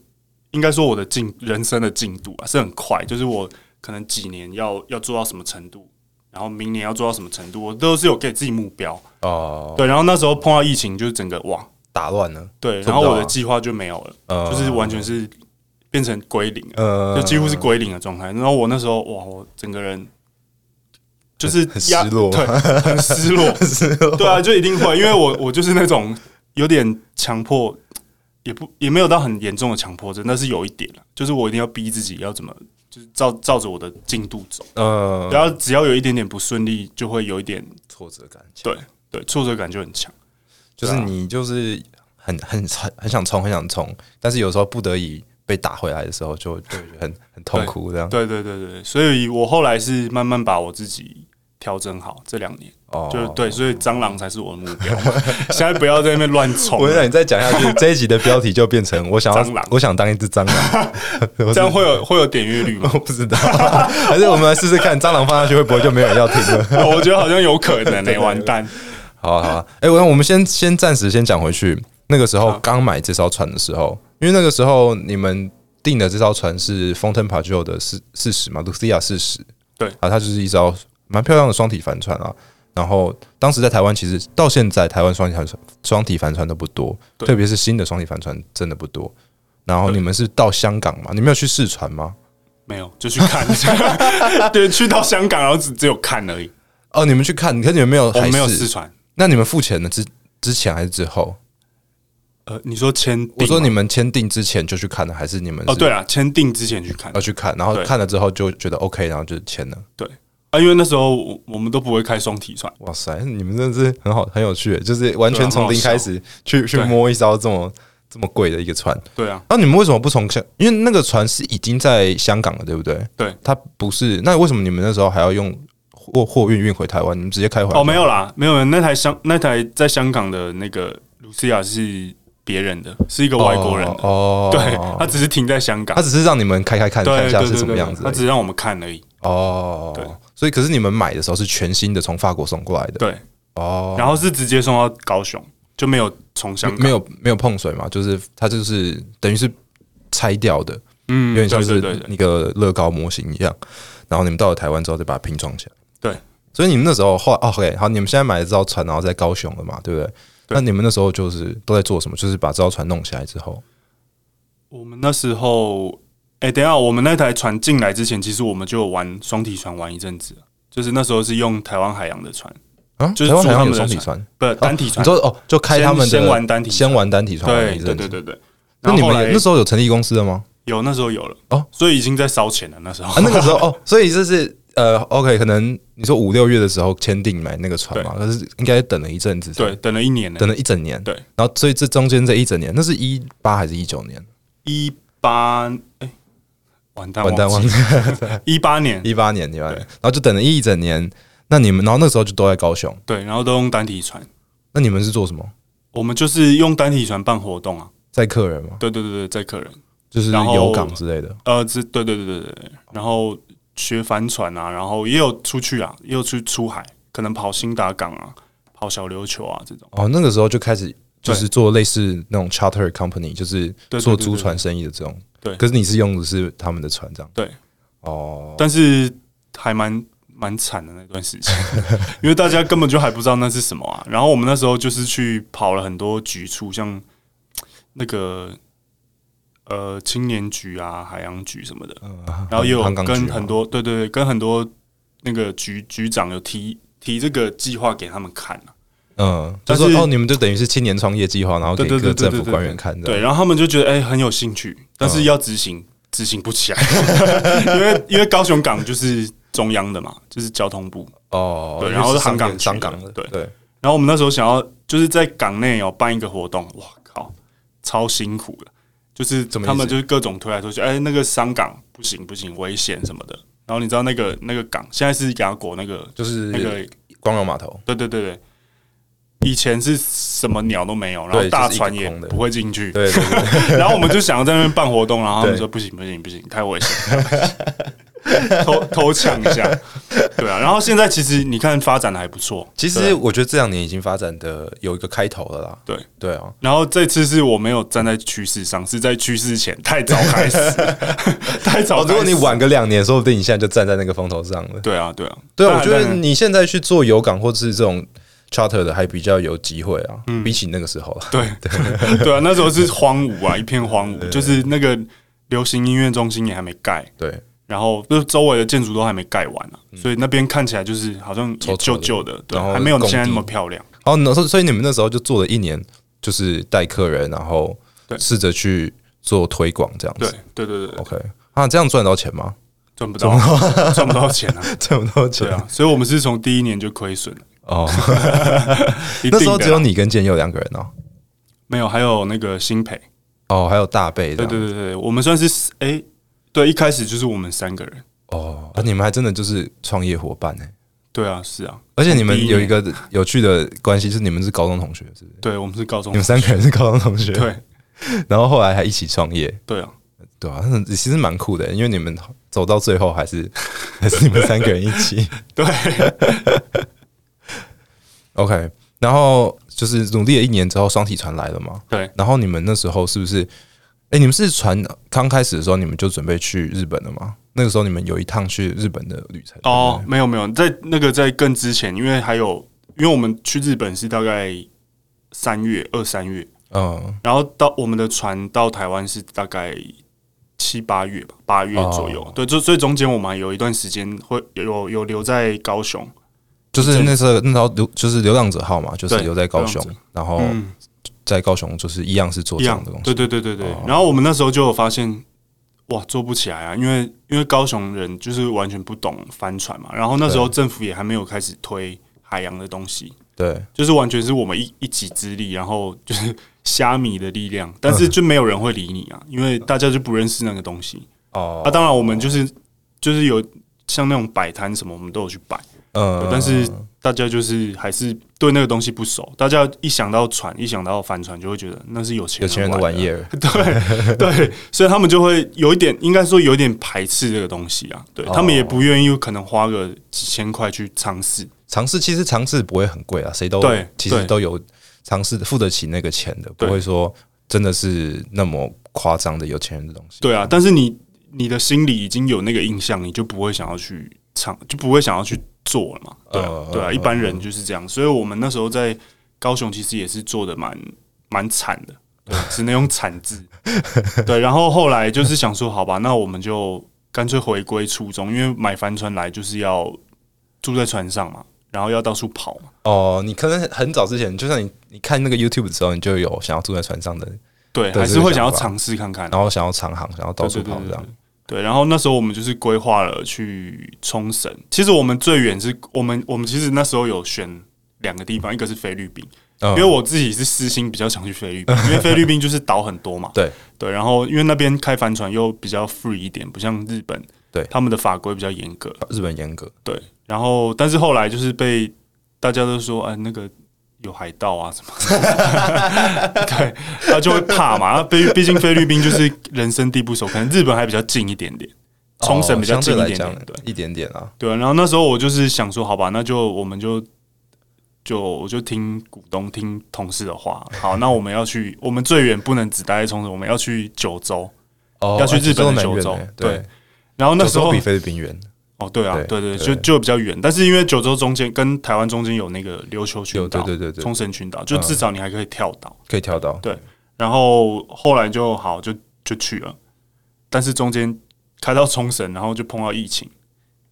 B: 应该说我的进人生的进度啊是很快，就是我可能几年要要做到什么程度，然后明年要做到什么程度，我都是有给自己目标。
A: 哦，
B: 对，然后那时候碰到疫情，就是整个哇，
A: 打乱了，
B: 对，
A: 做
B: 然
A: 不到啊
B: 后我的计划就没有了，
A: 呃，
B: 就是完全是变成归零了，
A: 呃，
B: 就几乎是归零的状态。然后我那时候哇，我整个人。就是
A: 很
B: 压
A: 失落
B: 对，很失落，
A: 是
B: *laughs* 对啊，就一定会，因为我我就是那种有点强迫，也不也没有到很严重的强迫症，但是有一点啦就是我一定要逼自己要怎么，就是照照着我的进度走，
A: 呃
B: 然后只要有一点点不顺利，就会有一点
A: *laughs* 挫折感，
B: 对对挫折感就很强，
A: 就是你就是很很很很想冲，很想冲，但是有时候不得已被打回来的时候，就就会觉得
B: *laughs*
A: 很很痛苦这样。
B: 对对对对对，所以我后来是慢慢把我自己调整好，这两年
A: 哦
B: 就是对，所以蟑螂才是我的目标， *laughs* 现在不要在那边乱冲
A: 我
B: 了，
A: 让你再讲下去，这一集的标题就变
B: *laughs*
A: 成“我想
B: 蟑
A: 要
B: 螂，
A: 我想当一只蟑螂”，
B: *laughs*
A: 我
B: 这样会有会有点阅率
A: *laughs*
B: 吗？
A: 我不知道，还是我们来试试看，蟑螂放下去会不会就没有人要听了？
B: 我觉得好像有可能诶、完蛋。
A: 好啊，好啊，哎、我我们先先暂时先讲回去，那个时候刚买这艘船的时候，因为那个时候你们订的这艘船是 Fontaine p a j o 的四四十嘛，Lucia 四十，
B: 对
A: 啊，它就是一艘蛮漂亮的双体帆船啊。然后当时在台湾，其实到现在台湾双体帆船双体帆船都不多，
B: 对
A: 特别是新的双体帆船真的不多。然后
B: 对
A: 你们是到香港嘛？你们有去试船吗？
B: 没有，就去看，
A: *laughs*
B: 对，去到香港，然后只只有看而已，
A: 哦，你们去看，可是你们没有，
B: 我
A: 还
B: 没有
A: 是
B: 试船。
A: 那你们付钱的之之前还是之后？
B: 呃，你说签订吗，
A: 我说你们签订之前就去看了，还是你们
B: 哦，
A: 是哦
B: 对了，签订之前去看
A: 要去看，然后
B: 对
A: 看了之后就觉得 OK，然后就签了。
B: 啊，因为那时候我我们都不会开双体船，
A: 哇塞，你们真的是很好，很有趣，就是完全从零开始去去
B: 对啊
A: 摸一艘这么这么贵的一个船。
B: 对啊，
A: 那、你们为什么不从香？因为那个船是已经在香港了，对不对？
B: 对，
A: 它不是。那为什么你们那时候还要用货货运运回台湾？你们直接开回来？
B: 哦，没有啦，没有，没有那台香那台在香港的那个 Lucia 是别人的，是一个
A: 哦，
B: 外国人的，
A: 哦，
B: 对，他只是停在香港
A: 他，只是让你们开开看
B: 对
A: 看一
B: 对
A: 下
B: 对
A: 是什么
B: 对
A: 样子
B: 他
A: 而
B: 只
A: 已。
B: 是让我们看而已，对
A: 哦，所以可是你们买的时候是全新的，从法国送过来的。
B: 对，
A: 哦，
B: 然后是直接送到高雄，就没有从香港，
A: 没有没有碰水嘛，就是它就是等于是拆掉的，
B: 嗯
A: 有点像
B: 对
A: 是
B: 对对对
A: 那个乐高模型一样。然后你们到了台湾之后再把它拼装起来。
B: 对，
A: 所以你们那时候后来哦 OK 好，你们现在买了这艘船，然后在高雄了嘛，对不对？
B: 对
A: 那你们那时候就是都在做什么？就是把这艘船弄起来之后，
B: 我们那时候，哎、等一下，我们那台船进来之前，其实我们就有玩双体船玩一阵子了，就是那时候是用台湾海洋的船，
A: 啊，
B: 就是
A: 台湾
B: 租
A: 好像
B: 他
A: 有
B: 们的
A: 双体船，
B: 不单体
A: 你
B: 船，
A: 说哦，就开他们的
B: 先先玩单体船
A: 先玩单体船玩
B: 对
A: 一
B: 对
A: 阵
B: 对
A: 子。
B: 对对。
A: 那
B: 然后
A: 你
B: 后
A: 们
B: 来
A: 也那时候有成立公司了吗？
B: 有那时候有了
A: 哦
B: 哦，所以已经在烧钱了那时候。
A: 啊，那个时候哦，所以就是呃，OK，可能你说五六月的时候签订买那个船嘛，可是应该等了一阵子才
B: *laughs* 对，等了一年呢，
A: 等了一整年，
B: 对，
A: 然后所以这中间这一整年，那是一八还是一九年？
B: 一八哎，完蛋
A: 完蛋，忘
B: 忘
A: 记
B: 记 *laughs* 一八年
A: 一八年对吧？
B: 对
A: 然后就等了一整年。那你们，然后那时候就都在高雄，
B: 对，然后都用单体船，
A: 那你们是做什么？
B: 我们就是用单体船办活动啊，
A: 载客人吗？
B: 对对对对，载客人，
A: 就是
B: 然后
A: 游港之类的。
B: 呃，这对对对对对，对然后学帆船啊，然后也有出去啊，也有去出海，可能跑新达港啊，跑小琉球啊这种。
A: 哦，那个时候就开始就是做类似那种 charter company，就是
B: 对对
A: 做
B: 对
A: 租
B: 对
A: 船生意的这种。
B: 对
A: 可是你是用的是他们的船，这样。
B: 对。
A: 哦，
B: 但是还蛮蛮惨的那段时间， *laughs* 因为大家根本就还不知道那是什么啊。然后我们那时候就是去跑了很多局处，像那个呃青年局啊、海洋局什么的，
A: 嗯
B: 然后也有
A: 航港
B: 跟
A: 局
B: 很
A: 嘛
B: 多对对对，跟很多那个局局长有提提这个计划给他们看啊。
A: 嗯，就
B: 但
A: 说
B: 是
A: 哦，你们就等于是青年创业计划，然后给
B: 对对
A: 各
B: 对对
A: 政府
B: 对对
A: 官员看的。
B: 对，然后他们就觉得哎、很有兴趣，但
A: 嗯
B: 是要执行执、行不起来， *laughs* 因为因为高雄港就是中央的嘛，就是交通部。
A: 哦，
B: 对
A: 因为
B: 然后
A: 是
B: 是航港
A: 业
B: 区
A: 商
B: 的
A: 港的，
B: 对
A: 对，
B: 然后我们那时候想要就是在港内哦办一个活动，哇靠，超辛苦的，就是
A: 怎么意思
B: 他们就是各种推来推去，哎，那个商港不行不行，危险什么的。然后你知道那个那个港现在是雅国那个
A: 就是
B: 那个
A: 光荣码头，
B: 对对对对，以前是什么鸟都没有，然
A: 对
B: 后
A: 就是
B: 大船
A: 一个
B: 也
A: 空的
B: 不会进去，
A: 对对对，
B: *laughs* 然后我们就想要在那边办活动，然后他们
A: 对
B: 说不行不行不行，太危险，
A: *laughs*
B: 偷偷抢一下，对啊。然后现在其实你看发展的还不错，啊
A: 其实我觉得这两年已经发展的有一个开头了啦。
B: 对
A: 对啊，
B: 然后这次是我没有站在趋势上，是在趋势前太早
A: *laughs*
B: 开始，太早
A: 哦，
B: 开始。
A: 如果你晚个两年，说不定你现在就站在那个风头上了。
B: 对啊对啊，
A: 对啊，
B: 当
A: 我
B: 然
A: 觉得
B: 当然
A: 你现在去做有港或是这种 charter 的，还比较有机会啊，比起那个时候啦。 *laughs*
B: 对 *laughs* 对啊，那时候是荒芜啊，一片荒芜，就是那个流行音乐中心也还没盖，
A: 对，
B: 然后就是周围的建筑都还没盖完啊，所以那边看起来就是好像
A: 嗯丑
B: 也
A: 丑
B: 旧
A: 的
B: 旧的，对
A: 然后
B: 啊，还没有
A: 拱
B: 现在那
A: 地
B: 么漂亮。
A: 哦，那时候所以你们那时候就做了一年，就是带客人，然后
B: 对
A: 试着去做推广这样
B: 对
A: 子。
B: 对对对，
A: OK，啊，这样赚到钱吗？
B: 赚不到， *laughs* 赚不到钱啊，
A: *laughs* 赚不到
B: 对
A: 钱
B: 啊，所以我们是从第一年就亏损了。 *laughs*
A: 哦。*laughs*
B: 一定
A: 那时候
B: 的
A: 只有
B: 啦
A: 你跟建佑两个人哦。
B: 没有，还有那个新培，
A: 哦，还有大贝这
B: 对
A: 样。
B: 对对对，我们算是哎、对，一开始就是我们三个人，
A: 哦，啊你们还真的就是创业伙伴呢。欸
B: 对啊，是啊，
A: 而且你们
B: 从第一
A: 有一个 *laughs* 有趣的关系，是你们是高中同学，是不是？
B: 对我们是高中
A: 你，们三个人是高中同学，
B: 哦对
A: 然后后来还一起创业，
B: 对啊，
A: 对啊，那其实蛮酷的，因为你们走到最后还是 *laughs* 还是你们三个人一起。
B: 对 *laughs*
A: OK，然后就是努力了一年之后，双体船来了嘛，
B: 对，
A: 然后你们那时候是不是？哎、你们是船刚开始的时候，你们就准备去日本了吗？那个时候你们有一趟去日本的旅程
B: 哦，，没有没有，在那个在更之前，因为还有，因为我们去日本是大概三月二三月，
A: 对不对嗯，
B: 然后到我们的船到台湾是大概七八月吧，八月左右。
A: 哦
B: 对，就所以中间我们还有一段时间会有有有留在高雄，
A: 就是那时候那时候流就是流浪者号嘛，就是
B: 对
A: 留在高雄
B: 流浪，
A: 然后
B: 嗯，
A: 在高雄就是一样是做
B: 一
A: 这
B: 样
A: 样的东西，
B: 对对对对对。
A: 哦
B: 然后我们那时候就有发现，哇，做不起来啊，因为因为高雄人就是完全不懂帆船嘛，然后那时候政府也还没有开始推海洋的东西，
A: 对
B: 就是完全是我们一一己之力，然后就是虾米的力量，但
A: 嗯
B: 是就没有人会理你啊，因为大家就不认识那个东西。
A: 哦
B: 啊，当然我们就是就是有像那种摆摊什么，我们都有去摆，
A: 嗯
B: 对但是大家就是还是对那个东西不熟，大家一想到船，一想到帆船，就会觉得那是有钱
A: 有钱人的
B: 玩
A: 玩意儿，
B: 对对， *laughs* 所以他们就会有一点，应该说有点排斥这个东西啊，对、
A: 哦
B: 他们也不愿意可能花个几千块去尝试，
A: 尝试其实尝试不会很贵啊，谁都
B: 对
A: 其实
B: 对
A: 都有尝试付得起那个钱的，不
B: 对
A: 会说真的是那么夸张的有钱人的东西。
B: 对啊，但是你你的心里已经有那个印象，你就不会想要去尝，就不会想要去做了嘛。对啊，
A: 呃
B: 对啊，
A: 呃
B: 一般人就是这样。所以我们那时候在高雄其实也是做的蛮蛮惨的，
A: *laughs*
B: 对，只能用惨字。对，然后后来就是想说，好吧，那我们就干脆回归初衷，因为买帆船来就是要住在船上嘛，然后要到处跑嘛。
A: 哦，你可能很早之前，就像你你看那个 YouTube 的时候，你就有想要住在船上的，
B: 对，
A: 对
B: 还
A: 这
B: 是
A: 个
B: 会想要
A: 想法
B: 尝试看看。啊
A: 然后想要长航，想要到处
B: 对对
A: 跑这样。
B: 对，然后那时候我们就是规划了去冲绳。其实我们最远是我们我们其实那时候有选两个地方，一个是菲律宾，
A: 嗯
B: 因为我自己是私心比较想去菲律宾，因为菲律宾就是岛很多嘛。
A: *laughs* 对
B: 对，然后因为那边开帆船又比较 free 一点，不像日本，
A: 对
B: 他们的法规比较严格。
A: 日本严格，
B: 对，然后但是后来就是被大家都说，哎，那个有海盗
A: *laughs*
B: 啊什么的，对，他就会怕嘛。那毕毕竟菲律宾就是人生地不熟，可能日本还比较近一点点，冲绳比较
A: 哦相
B: 近一
A: 对来
B: 点点，
A: 讲
B: 对
A: 一点点啊。
B: 对啊。然后那时候我就是想说，好吧，那就我们就。就我就听股东听同事的话，好，那我们要去，我们最远不能只待在冲绳，我们要去九州。
A: 哦
B: 要去日本的
A: 蛮
B: 九
A: 远
B: 州
A: 的
B: 对
A: 对，
B: 然后那
A: 九
B: 时
A: 州
B: 候
A: 比菲律宾远，
B: 哦，对啊，
A: 对
B: 对对，
A: 对
B: 就就比较远，但是因为九州中间跟台湾中间有那个琉球群
A: 有
B: 岛、
A: 对对对对
B: 冲绳群岛，就
A: 嗯
B: 至少你还可以跳岛。
A: 可以跳到。
B: 对然后后来就好，就就去了，但是中间开到冲绳，然后就碰到疫情，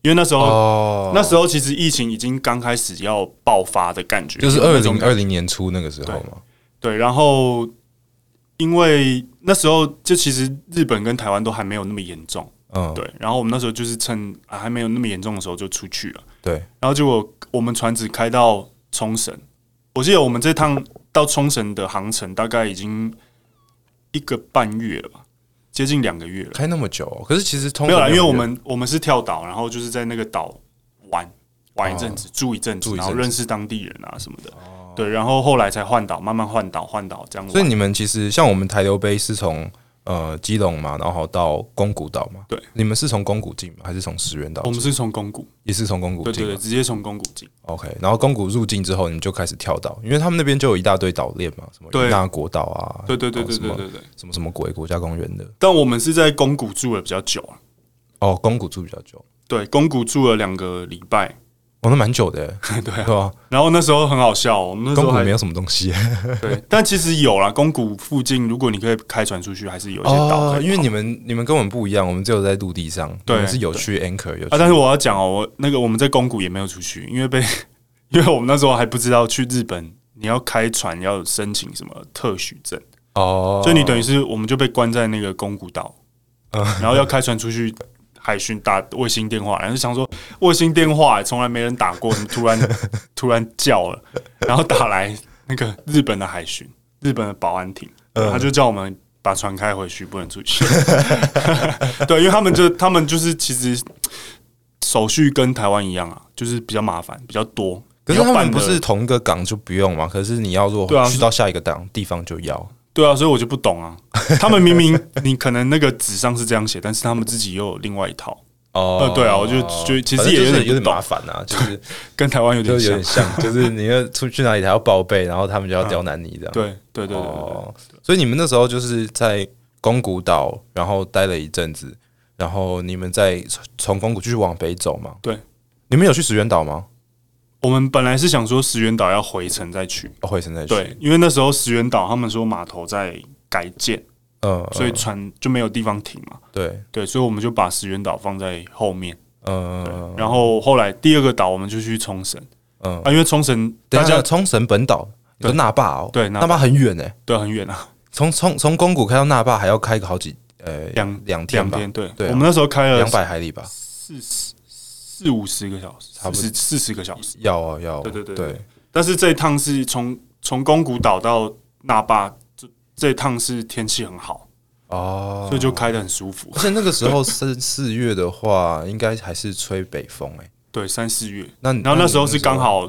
B: 因为那时候、
A: 哦
B: 那时候其实疫情已经刚开始要爆发的感觉，
A: 就是
B: 有
A: 二
B: 那种
A: 零二零年初那个时候嘛。
B: 对，然后因为那时候就其实日本跟台湾都还没有那么严重，
A: 嗯，
B: 对，然后我们那时候就是趁、啊还没有那么严重的时候就出去了，
A: 对，
B: 然后结果我们船只开到冲绳，我记得我们这趟到冲绳的航程大概已经一个半月了吧，接近两个月了，
A: 开那么久哦，可是其实通
B: 没有啦，因为我
A: 们。
B: 们我们是跳岛，然后就是在那个岛玩玩一阵子，哦住一阵
A: 住
B: 子，
A: 一
B: 然后
A: 阵子
B: 认识当地人啊什么的。对，然后后来才换岛，慢慢换岛，换岛这样玩。
A: 所以你们其实像我们台流杯是从呃基隆嘛，然后到宫古岛嘛，
B: 对，
A: 你们是从宫古进吗？还是从石原岛
B: 我
A: 进？
B: 们是从宫古，
A: 也是从宫古
B: 对对
A: 进
B: 对，
A: 嘛。
B: 直接从宫古进。
A: OK，然后宫古入境之后，你们就开始跳岛，因为他们那边就有一大堆岛链嘛，什么
B: 对
A: 与那国岛啊，
B: 对对对
A: 然后
B: 对
A: 什
B: 对
A: 么
B: 对对。
A: 什么什么鬼国家公园的。
B: 但我们是在宫古住了比较久啊，
A: 哦，宫古住比较久，
B: 对，宫古住了两个礼拜。
A: 哦，那蛮久
B: *laughs*
A: 的耶，对啊，
B: 然后那时候很好笑哦，我们那时
A: 宫
B: 候
A: 古
B: 还
A: 没有什么东西
B: *laughs* 对，但其实有啦，宫古附近如果你可以开船出去，还是有一些岛可以跑。
A: 哦因为你们你们跟我们不一样，我们只有在陆地上，
B: 对
A: 你们是有去 anchor 有去
B: 啊，但是我要讲哦，我那个我们在宫古也没有出去，因为被， *laughs* 因为我们那时候还不知道去日本你要开船要申请什么特许证，
A: 哦，
B: 所以你等于是我们就被关在那个宫古岛，然后要开船出去海巡打卫星电话，然后就想说卫星电话从来没人打过，你突然
A: *laughs*
B: 突然叫了，然后打来那个日本的海巡，日本的保安艇，
A: 嗯
B: 他就叫我们。把船开回去，不能
A: *laughs*
B: 出去。对，因为他们就他们就是其实手续跟台湾一样啊，就是比较麻烦，比较多。
A: 可是他
B: 你要
A: 们
B: 办
A: 不
B: 的
A: 是同一个港就不用嘛？可是你要如
B: 对啊
A: 果去到下一个港地方就要
B: 对啊，所以我就不懂啊。他们明明你可能那个纸上是这样写，但是他们自己又有另外一套，
A: 哦
B: 呃对啊我就觉得其实
A: 反正就是
B: 也有点
A: 有点
B: 不懂
A: 麻烦
B: *laughs*
A: 啊，就是
B: 跟台湾有
A: 就
B: 点
A: 是有
B: 像啊
A: 点。像，就是你要出去哪里还要报备，然后他们就要刁难你这样。
B: 对对对对对
A: 哦，所以你们那时候就是在宫古岛，然后待了一阵子，然后你们再从宫古继续往北走嘛？
B: 对，
A: 你们有去石原岛吗？
B: 我们本来是想说石原岛要回程再去，
A: 哦，回程再去。
B: 对，因为那时候石原岛他们说码头在改建，
A: 嗯，嗯，
B: 所以船就没有地方停嘛。
A: 对，
B: 对，所以我们就把石原岛放在后面。
A: 嗯
B: 然后后来第二个岛我们就去冲绳
A: 嗯，
B: 啊，因为冲绳大
A: 大
B: 家
A: 家冲绳本岛，你说那霸哦，
B: 对那霸
A: 那霸很远哎。
B: 对很远啊，
A: 从从从宫古开到那霸还要开个好几呃
B: 两
A: 两天
B: 两
A: 吧，
B: 天对，呃
A: 对啊
B: 我们那时候开了
A: 两百海里吧，
B: 四十四五十个小时，
A: 差不多
B: 四四十个小时。
A: 要啊要啊，
B: 对对对
A: 对 *laughs*
B: 但是这一趟是从从宫古岛到那霸，这这一趟是天气很好，
A: 哦，
B: 所以就开得很舒服。
A: 而且那个时候是四月的话，应该还是吹北风哎、
B: 对，三四月，
A: 那
B: 然嗯后那时候是刚好，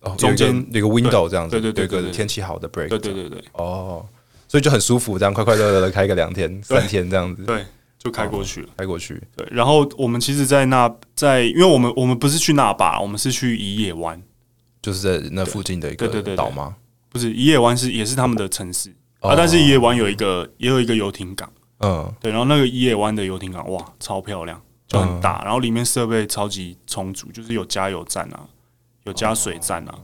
A: 哦
B: 中间
A: 有一个有一个 window 这样子，
B: 对对对
A: 有一
B: 对
A: 个
B: 对
A: 天气好的 break，
B: 对对对对
A: 哦，所以就很舒服，这样快快乐乐的开个两天三天这样子
B: 对，就开过去了。
A: 开过去，
B: 对，然后我们其实，在那在，因为我们我们不是去那霸，我们是去宜野湾，
A: 就是在那附近的一
B: 对对对对
A: 个岛吗？
B: 不是宜野湾是也是他们的城市啊
A: 哦，
B: 但是宜野湾有一个也有一个游艇港，
A: 嗯，
B: 对，然后那个宜野湾的游艇港哇，超漂亮，就很大，然后里面设备超级充足，就是有加油站啊，有加水站啊，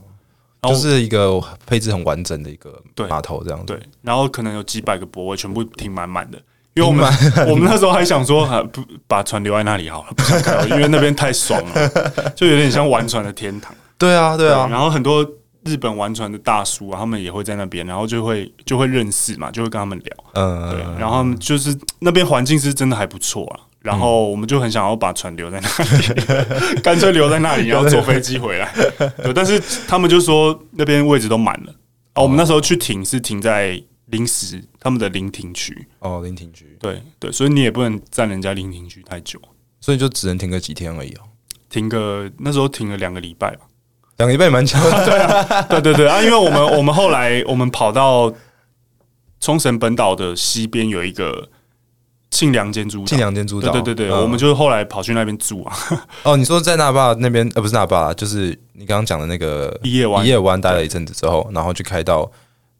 B: 然后
A: 就是一个配置很完整的一个
B: 对
A: 码头这样子，
B: 对，然后可能有几百个泊位，全部停满满的。因为我们 *laughs* 我们那时候还想说，啊、不把船留在那里好了，不想开了，因为那边太爽了，就有点像玩船的天堂。
A: 对啊对啊，
B: 然后很多日本玩船的大叔啊，他们也会在那边，然后就会就会认识嘛，就会跟他们聊。对，啊
A: 嗯，
B: 然后他们就是那边环境是真的还不错啊。然后我们就很想要把船留在那
A: *laughs*
B: 里，干脆留在那里，然后坐飞机回来。对，但是他们就说那边位置都满了。哦，我们那时候去停是停在临时他们的临停区，
A: 哦，林亭区，
B: 对对，所以你也不能占人家临停区太久，
A: 所以就只能停个几天而已哦。
B: 停个那时候停了两个礼拜吧。
A: 两个礼拜也蛮长的，
B: *laughs*
A: *laughs*
B: 对对对啊，因为我们 *laughs* 我们后来我们跑到冲绳本岛的西边有一个庆良间猪岛
A: 进，两间租
B: 对
A: 岛。
B: 对对对，
A: 嗯
B: 我们就是后来跑去那边住啊，
A: 哦，你说在那霸那边，呃，不是那霸，就是你刚刚讲的那个
B: 一夜
A: 嗯
B: 湾
A: 一夜湾待了一阵子之后，然后就开到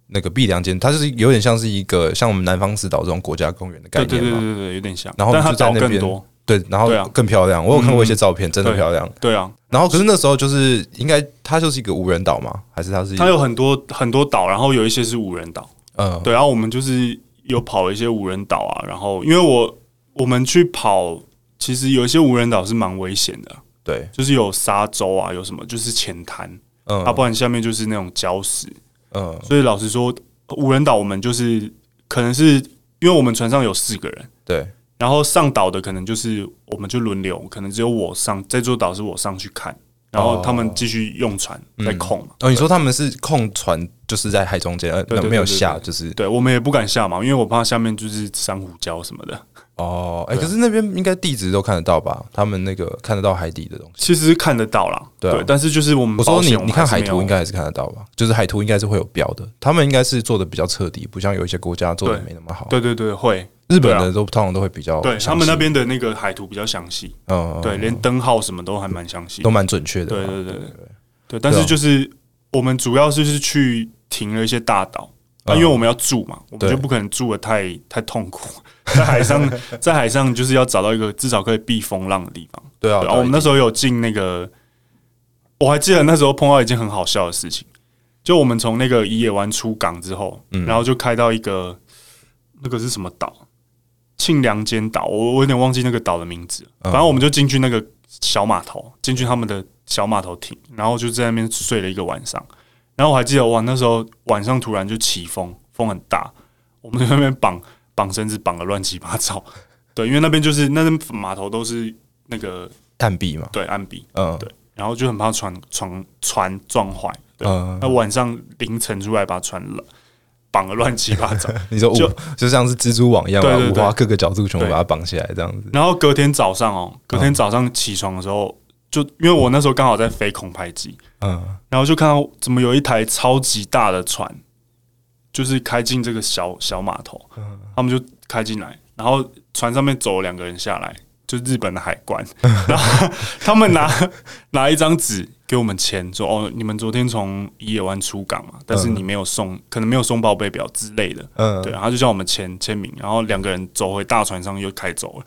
A: 那个碧良间，它就是有点像是一个像我们南方四岛这种国家公园的概
B: 对对
A: 念
B: 对
A: 嘛。
B: 对对，有点像。
A: 然后
B: 但
A: 我
B: 它
A: 们就在
B: 岛
A: 那
B: 更
A: 边
B: 多，
A: 对，然
B: 对啊
A: 后更漂亮，我有看过一些照片，真的
B: 对
A: 漂亮。
B: 对啊，
A: 然后可是那时候就是应该它就是一个无人岛嘛，还是它是一
B: 它
A: 个
B: 有很多很多岛，然后有一些是无人岛。
A: 嗯
B: 对，然后我们就是有跑一些无人岛啊，然后因为我我们去跑其实有一些无人岛是蛮危险的，
A: 对，
B: 就是有沙洲啊，有什么就是浅滩，
A: 嗯
B: 啊，不然下面就是那种礁石。
A: 嗯，
B: 所以老实说，无人岛我们就是可能是因为我们船上有四个人，
A: 对，
B: 然后上岛的可能就是我们就轮流，可能只有我上这座岛是我上去看，然后他
A: 哦
B: 们继续用船在控嘛。
A: 哦，你说他们是控船，就是在海中间，呃，
B: 对对对
A: 没有
B: 对
A: 下，
B: 对
A: 就是
B: 对我们也不敢下嘛，因为我怕下面就是珊瑚礁什么的。
A: 哦，
B: 啊
A: 哎，可是那边应该地质都看得到吧？他们那个看得到海底的东西。
B: 其实是看得到啦，
A: 对啊
B: 但是就是我们
A: 我说
B: 保险
A: 你
B: 我，们
A: 你看
B: 还
A: 海
B: 是没有
A: 图应该还是看得到吧？就是海图应该是会有标的，他们应该是做的比较彻底，不像有一些国家做的
B: 对
A: 没那么好。
B: 对对对会，
A: 日本
B: 对
A: 的都通常都会比较
B: 对
A: 哦详
B: 他们
A: 细
B: 那，边的那个海图比较详细，
A: 嗯，嗯
B: 对，连灯号什么都还蛮详细
A: 都。蛮准确的
B: 对
A: 嘛。
B: 对对对对，啊但是就是我们主要就是去停了一些大岛。
A: 嗯
B: 啊，因为我们要住嘛，我们
A: 对
B: 就不可能住的太太痛苦，在海上， *laughs* 在海上就是要找到一个至少可以避风浪的地方。
A: 对啊，
B: 然后哦我们那时候有进那个，我还记得那时候碰到一件很好笑的事情，就我们从那个伊野湾出港之后，
A: 嗯
B: 然后就开到一个那个是什么岛，庆良间岛，我我有点忘记那个岛的名字了，
A: 嗯
B: 反正我们就进去那个小码头，进去他们的小码头停，然后就在那边睡了一个晚上。然后我还记得哇，那时候晚上突然就起风，风很大，我们在那边绑绑绳子，绑的乱七八糟。对，因为那边就是那边码头都是那个
A: 探壁嘛，
B: 对，岸壁，
A: 嗯，
B: 对然后就很怕船船船撞坏。对，
A: 嗯
B: 那晚上凌晨出来把船了绑的乱七八糟， *laughs*
A: 你说五
B: 就
A: 就像是蜘蛛网一样，
B: 对
A: 把
B: 对
A: 五
B: 对
A: 花各个角度全部
B: 对
A: 把它绑起来，这样子。
B: 然后隔天早上哦，隔天早上起床的时候，就因为我那时候刚好在飞空拍机，
A: 嗯，
B: 然后就看到怎么有一台超级大的船，就是开进这个小小码头，
A: 嗯
B: 他们就开进来，然后船上面走了两个人下来，就日本的海关， *laughs* 然后他们拿拿一张纸给我们签，说哦，你们昨天从伊野湾出港嘛，但是你没有送，可能没有送报备表之类的，
A: 嗯
B: 对，然后就叫我们签签名，然后两个人走回大船上又开走了，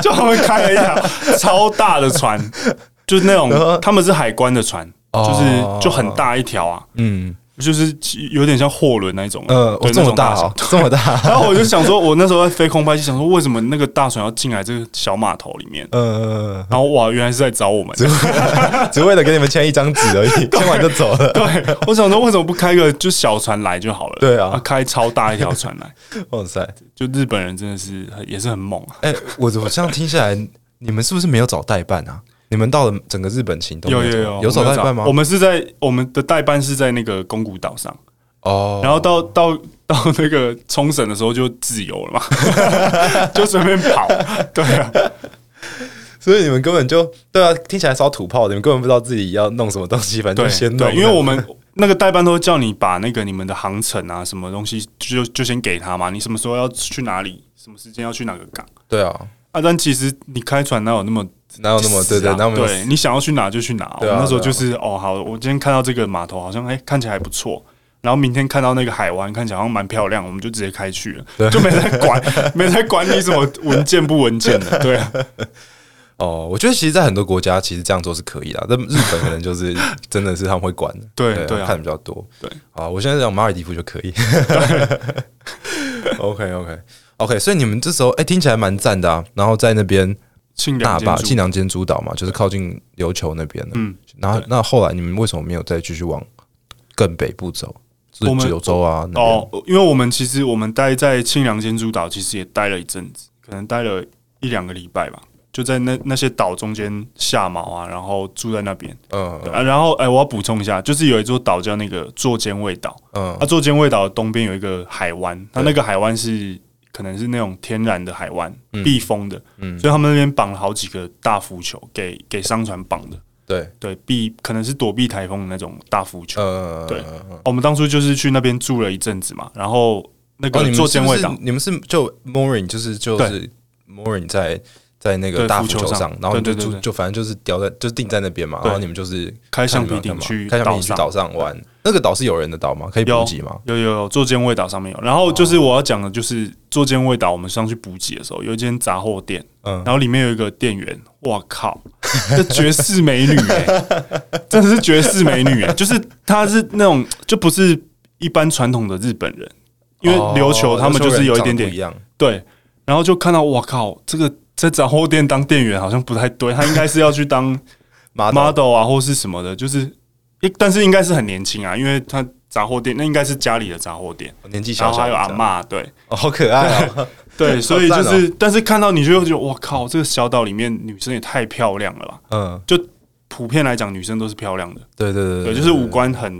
B: 就他们开了 *laughs* 一条超大的船，就是那种他们是海关的船，
A: 哦
B: 就是就很大一条啊，
A: 嗯
B: 就是有点像货轮那一种，啊
A: 呃，我
B: 对
A: 这么
B: 那种
A: 大
B: 小 *laughs*
A: 哦，这么大，
B: 然后我就想说，我那时候在飞空拍机，想说为什么那个大船要进来这个小码头里面？
A: 呃，
B: 然后哇，原来是在找我们。
A: 只为了给你们签一张纸而已，签完就走了。
B: *laughs* 对，我想说为什么不开个就小船来就好了？
A: 对啊
B: 开超大一条船来， *laughs*
A: 哇塞，
B: 就日本人真的是很也是很猛啊。
A: 哎，我我这样听下来，你们是不是没有找代办啊？你们到了整个日本行动
B: 有
A: 没
B: 有
A: 找
B: 有，
A: 有找
B: 我们
A: 代办吗
B: 我？们是在我们的代办是在那个宫古岛上，
A: 哦，
B: 然后到到到那个冲绳的时候就自由了嘛， *laughs* 就随便跑。对啊，
A: 所以你们根本就对啊，听起来超土炮的，你们根本不知道自己要弄什么东西，反正
B: 对
A: 就先弄了。
B: 对，因为我们 *laughs* 那个代办都叫你把那个你们的航程啊，什么东西就就先给他嘛，你什么时候要去哪里，什么时间要去哪个港
A: 对啊，
B: 啊？但其实你开船哪有那么
A: 哪有那么
B: 死
A: 对
B: 啊
A: 对，哪有那么
B: 对你想要去哪就去哪。我
A: 对啊
B: 那时候
A: 对
B: 就
A: 啊
B: 是哦，好，我今天看到这个码头好像哎、看起来还不错。然后明天看到那个海湾，看起来好像蛮漂亮，我们就直接开去了，就没在管，没在管你什么文件不文件的，
A: *laughs*
B: 对啊，
A: 哦，我觉得其实，在很多国家其实这样做是可以的，但日本可能就是真的是他们会管的，
B: 对对啊
A: 看的比较多。
B: 对，
A: 啊，我现在讲马尔蒂夫就可以。OK OK OK，所以你们这时候哎、听起来蛮赞的啊，然后在那边
B: 庆
A: 大坝
B: 良建
A: 晋
B: 筑，
A: 良间主岛嘛，就是靠近琉球那边的。
B: 嗯，
A: 然后那后来你们为什么没有再继续往更北部走？就
B: 我
A: 是
B: 们
A: 九州啊那边。
B: 哦，因为我们其实我们待在庆良监督岛，其实也待了一阵子，可能待了一两个礼拜吧，就在那那些岛中间下锚啊，然后住在那边、
A: 嗯
B: 啊。然后哎、我要补充一下，就是有一座岛叫那个座间卫岛，
A: 嗯
B: 啊，座间卫岛的东边有一个海湾，它那个海湾是可能是那种天然的海湾，避风的，
A: 嗯
B: 所以他们那边绑了好几个大浮球给给商船绑的，
A: 对，
B: 对，避可能是躲避台风的那种大浮球。
A: 呃，
B: 对
A: 哦，
B: 我们当初就是去那边住了一阵子嘛，然后那
A: 哦你
B: 个
A: 们
B: 做
A: 是
B: 监
A: 不
B: 卫
A: 是
B: 党，
A: 你们是就 mooring 就是就是
B: 对
A: mooring 在在那个
B: 对
A: 大浮
B: 浮球
A: 球
B: 上
A: 上，然后你就
B: 对对对
A: 住
B: 对
A: 就反正就是吊在就是定在那边嘛，
B: 对
A: 然后你们就是
B: 开橡皮
A: 看你们要干
B: 艇
A: 嘛
B: 去
A: 开橡皮艇去
B: 岛
A: 岛上玩。那个岛是有人的岛吗？可以
B: 有
A: 补给吗？哦
B: 有有有做监卫岛上面有。然后就是我要讲的，就是做监卫岛，我们上去补给的时候，有一间杂货店，
A: 嗯
B: 然，后里面有一个店员，哇靠，这绝世美女哎、真的是绝世美女哎、就是她是那种就不是一般传统的日本人，因为
A: 哦
B: 琉球他们就是有一点
A: 琉球人长得不一
B: 点
A: 样，
B: 对，然后就看到哇靠，这个在杂货店当店员好像不太对，他应该是要去当
A: 妈的，
B: model 啊，或是什么的，就是，诶但是应该是很年轻啊，因为他杂货店那应该是家里的杂货店，
A: 年纪
B: 然
A: 小
B: 后
A: 小
B: 还有
A: 的
B: 阿
A: 这样
B: 嬷，对
A: 哦好可爱啊！ *laughs*
B: 对，所以就
A: 好赞哦
B: 是，但是看到你就会觉得，哇靠，这个小岛里面女生也太漂亮了吧！
A: 嗯，
B: 普遍来讲，女生都是漂亮的，
A: 对对对
B: 对，就是五官很，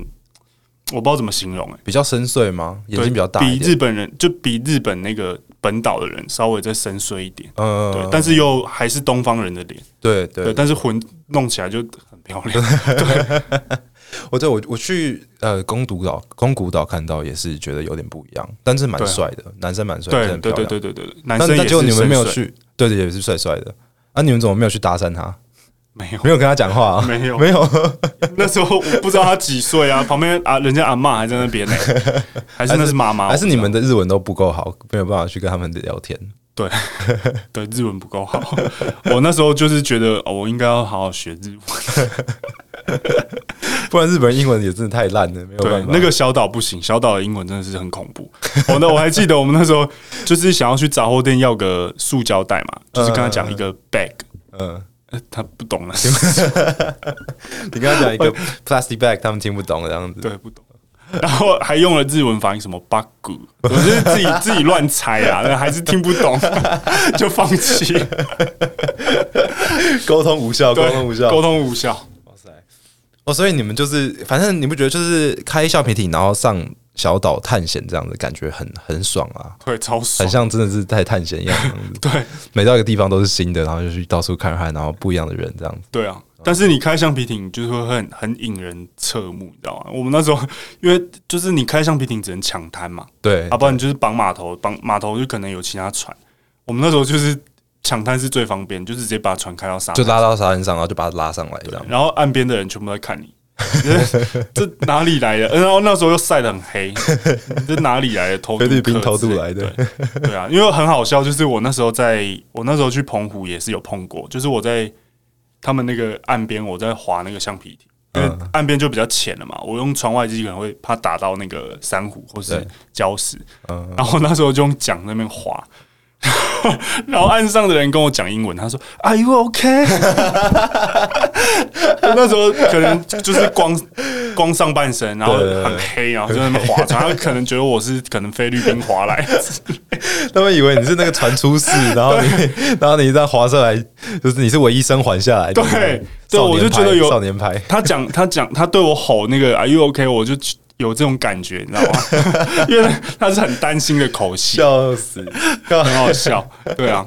B: 我不知道怎么形容、欸，
A: 比较深邃吗？眼
B: 对
A: 睛比较大
B: 比
A: 一点，
B: 日本人就比日本那个本岛的人稍微再深邃一点，
A: 嗯，
B: 对，但是又还是东方人的脸，
A: 对
B: 对，
A: 对，
B: 但是混弄起来就很漂亮，
A: 我对我我去呃宫古岛，宫古岛看到也是觉得有点不一样，但是蛮
B: 对啊
A: 帅的，男生蛮帅，
B: *laughs*
A: 真的
B: 对对
A: 很漂
B: 对
A: 亮。
B: 对对对，男
A: 但
B: 生
A: 但
B: 也
A: 结果
B: 是
A: 你们没有
B: 深邃
A: 去，对对，也是帅帅的啊！你们怎么没有去搭讪他？
B: 没有。
A: 没有跟他讲话啊？
B: *laughs* 没有，
A: 没有，
B: 那时候我不知道他几岁啊， *laughs* 旁边啊，人家阿嬷还在那
A: *laughs*
B: 边呢、还是那是妈妈，
A: *laughs* 还是你们的日文都不够好，没有办法去跟他们聊天。
B: 对日文不够好。 *laughs* 我那时候就是觉得，哦，我应该要好好学日文。
A: 不然日本人英文也真的太烂 *laughs* 了，没有
B: 对
A: 办，法。
B: 那个小岛不行，小岛的英文真的是很恐怖。 *laughs* 我那我还记得我们那时候就是想要去杂货店要个塑胶袋嘛，就是跟他讲一个 bag，、
A: 嗯，
B: 呃他不懂
A: *laughs*
B: 了，
A: 你跟他讲一个 plastic bag，他们听不懂这样子。
B: *laughs* 对，不懂。然后还用了日文发音什么 bug，我就是自己自己乱猜啊，那还是听不懂， *laughs* 就放弃。
A: 沟通无效，沟
B: 对，
A: 通无效。
B: 沟通无效。
A: 哇塞！哦，所以你们就是，反正你不觉得就是开橡皮艇，然后上小岛探险这样子，感觉很很爽啊，
B: 对，超
A: 很
B: 爽。。
A: 像真的是在探险一样这样子
B: 对
A: 每到一个地方都是新的，然后就去到处看看，然后不一样的人这样子。
B: 对啊，但是你开橡皮艇就是会很很引人侧目，你知道吗？我们那时候因为就是你开橡皮艇只能抢滩嘛，
A: 对
B: 啊，，不然你就是绑码头，绑码头就可能有其他船。我们那时候就是抢滩是最方便，就是直接把船开到沙
A: 就
B: 滩，
A: 拉到沙滩上，然后就把它拉上来这样。
B: 然后岸边的人全部在看你。 *laughs* 这哪里来的？然后那时候又晒得很黑，这哪里来的偷渡客
A: 菲律宾偷渡
B: 之类
A: 来的
B: 对对啊，因为很好笑，就是我那时候在，我那时候去澎湖也是有碰过，就是我在他们那个岸边，我在划那个橡皮艇，因为
A: 嗯
B: 岸边就比较浅了嘛，我用船外机可能会怕打到那个珊瑚或是
A: 对
B: 礁石，
A: 嗯，
B: 然后那时候就用桨在那边划。 *laughs* 然后岸上的人跟我讲英文，他说：“Are you OK？” *laughs* 那时候可能就是光光上半身，然后
A: 对对对
B: 很黑，然后就在那边划船，他可能觉得我是可能菲律宾
A: *laughs*
B: 划来，
A: 他们以为你是那个船出事，然后你，然后你这样滑下来，就是你是唯一生还下来的。
B: 对对
A: 少年
B: 我就
A: 派
B: 觉得有
A: 少年派。
B: 他讲他讲他对我吼那个 “Are you OK”，我就有这种感觉，你知道吗？ *laughs* 因为他是很担心的口气，
A: 笑 *laughs* 死！
B: 很好笑，对啊。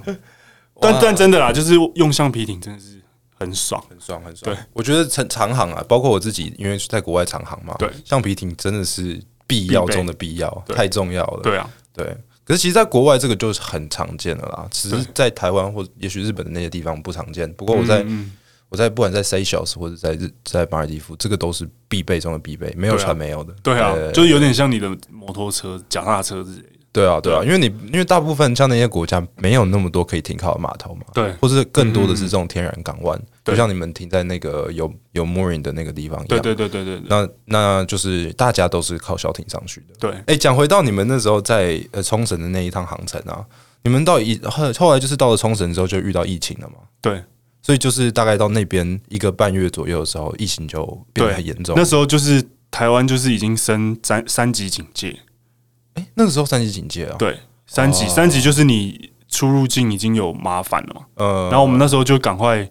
B: 但但真的啦，就是用橡皮艇真的是很爽。
A: 很爽，很爽。
B: 对，
A: 我觉得长长航啊，包括我自己，因为是在国外长航嘛，
B: 对
A: 橡皮艇真的是必要
B: 必备
A: 中的必要，
B: 对
A: 太重要了。
B: 对啊，
A: 对可是其实，在国外这个就是很常见的啦，只是
B: 对
A: 在台湾或也许日本的那些地方不常见。不过我在、
B: 嗯
A: 我在不管在 Seychelles 或者在日在马尔地夫，这个都是必备中的必备，没有
B: 对啊
A: 船没有的。
B: 对啊，
A: 对
B: 就是有点像你的摩托车、脚踏车之类的。
A: 对啊，对啊，因为你因为大部分像那些国家没有那么多可以停靠的码头嘛，
B: 对嗯
A: 或者更多的是这种天然港湾，
B: 对
A: 就像你们停在那个有有 mooring 的那个地方一
B: 对
A: 样。
B: 对对对对对
A: 那那就是大家都是靠小艇上去的。
B: 对，
A: 哎、讲回到你们那时候在呃冲绳的那一趟航程啊，你们到一后后来就是到了冲绳之后就遇到疫情了嘛，
B: 对，
A: 所以就是大概到那边一个半月左右的时候，疫情就变得很严重。
B: 那时候就是台湾就是已经升三三级警戒，
A: 哎、那个时候三级警戒啊，
B: 对，三级、
A: 哦
B: 三级就是你出入境已经有麻烦了嘛。
A: 呃，
B: 然后我们那时候就赶快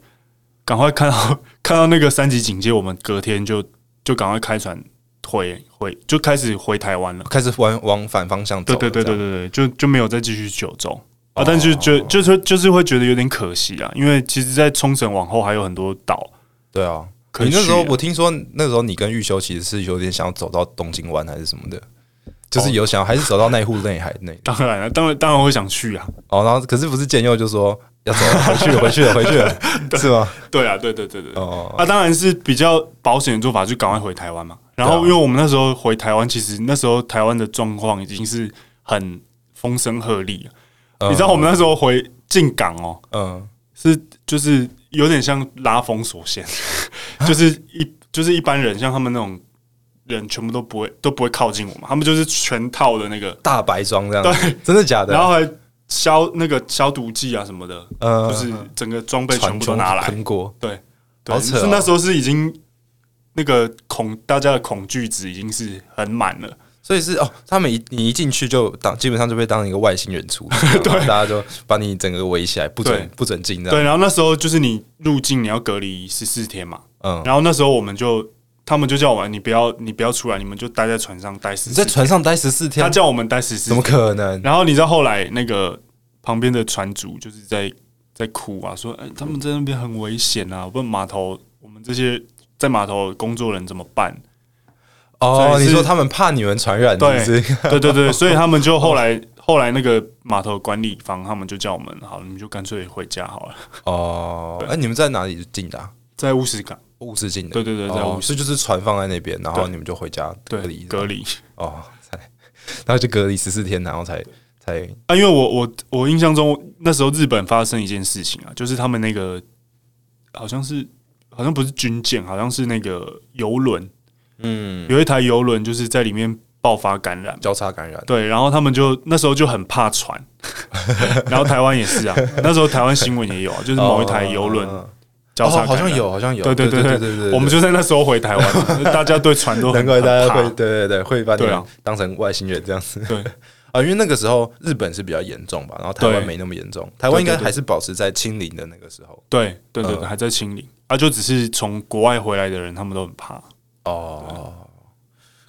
B: 赶快看到 *laughs* 看到那个三级警戒，我们隔天就就赶快开船回回就开始回台湾了。
A: 开始往往反方向走
B: 对
A: 了这样，
B: 对对对对对，就就没有再继续九州啊，
A: 哦
B: 但是就就是就是会觉得有点可惜啊，因为其实，在冲绳往后还有很多岛。
A: 对啊。
B: 可以
A: 你那时候
B: 去啊
A: 我听说那时候你跟玉修其实是有点想要走到东京湾还是什么的，
B: 哦
A: 就是有想要还是走到内湖内海那里。
B: 当然了，啊当然当然会想去啊。
A: 哦，然后可是不是建佑就说要走了，回去了，
B: *laughs*
A: 回去了，回去了，是吗？
B: 对啊，对对对对对。
A: 哦，
B: 啊，当然是比较保险的做法，就赶快回台湾嘛。然后，因
A: 对啊
B: 为我们那时候回台湾，其实那时候台湾的状况已经是很风声鹤唳了。
A: 嗯
B: 你知道，我们那时候回进港哦，
A: 嗯，
B: 是就是有点像拉封
A: *laughs*
B: 锁线，就是一就是一般人像他们那种人，全部都不会都不会靠近我们，他们就是全套的那个，
A: 大白装这样，对，真的假的？啊
B: 然后还消那个消毒剂啊什么的，
A: 呃，
B: 就是整个装备全部都
A: 传
B: 拿来。
A: 喷过，
B: 对，
A: 好
B: 对，
A: 扯哦
B: 是那时候是已经那个恐大家的恐惧值已经是很满了，
A: 所以是哦，他们一你一进去就当基本上就被当一个外星人
B: *laughs*
A: 出，对，大家就把你整个围起来，不准
B: 对
A: 不准进这样，
B: 对。然后那时候就是你入境你要隔离十四天嘛，
A: 嗯，
B: 然后那时候我们就他们就叫我们你不要你不要出来，你们就待在船上待十
A: 你
B: 四
A: 在。船上待十四
B: 他
A: 天，
B: 叫我们待十四
A: 怎么，可能？
B: 然后你知道后来那个旁边的船主就是在在哭啊，说：“哎、他们在那边很危险啊，问码头我们这些在码头工作人怎么办？”
A: 哦，
B: 所以
A: 你
B: 是
A: 说他们怕你们传染，
B: 对
A: 是
B: *laughs*
A: 不是 *laughs*
B: 对对对，所以他们就后来 *laughs* 后来那个码头管理方，他们就叫我们，好，你们就干脆回家好了，
A: 哦，哎，你们在哪里进的啊？
B: 在乌石港，
A: 物质进的，
B: 对对对在
A: 哦
B: 乌，石
A: 所以就是船放在那边，然后
B: 对
A: 你们就回家隔
B: 对
A: 离，
B: 隔离
A: 哦，才，然后就隔离十四天，然后才才
B: 啊，因为我我我印象中那时候日本发生一件事情啊，就是他们那个好像是好像不是军舰，好像是那个游轮，
A: 嗯
B: 有一台游轮就是在里面爆发感染。
A: 交叉感染，
B: 对，然后他们就那时候就很怕
A: *laughs*
B: 船，然后台湾也是啊，那时候台湾新闻也有啊，就是某一台游轮
A: 哦
B: 交叉、
A: 哦好像有，好像有，
B: 对
A: 对
B: 对对
A: 对
B: 对
A: 对
B: 对
A: 对，
B: 我们就在那时候回台
A: *laughs*
B: 湾嘛，大家对船都很
A: 难怪大家
B: 很怕
A: 会对对对会把你
B: 对啊
A: 当成外星人这样子。
B: 对
A: 啊，因为那个时候日本是比较严重吧，然后台湾
B: 对
A: 没那么严重，台湾应该
B: 对对对
A: 还是保持在清零的那个时候。
B: 对对对
A: 嗯
B: 对，还在清零啊，就只是从国外回来的人，他们都很怕。
A: 哦，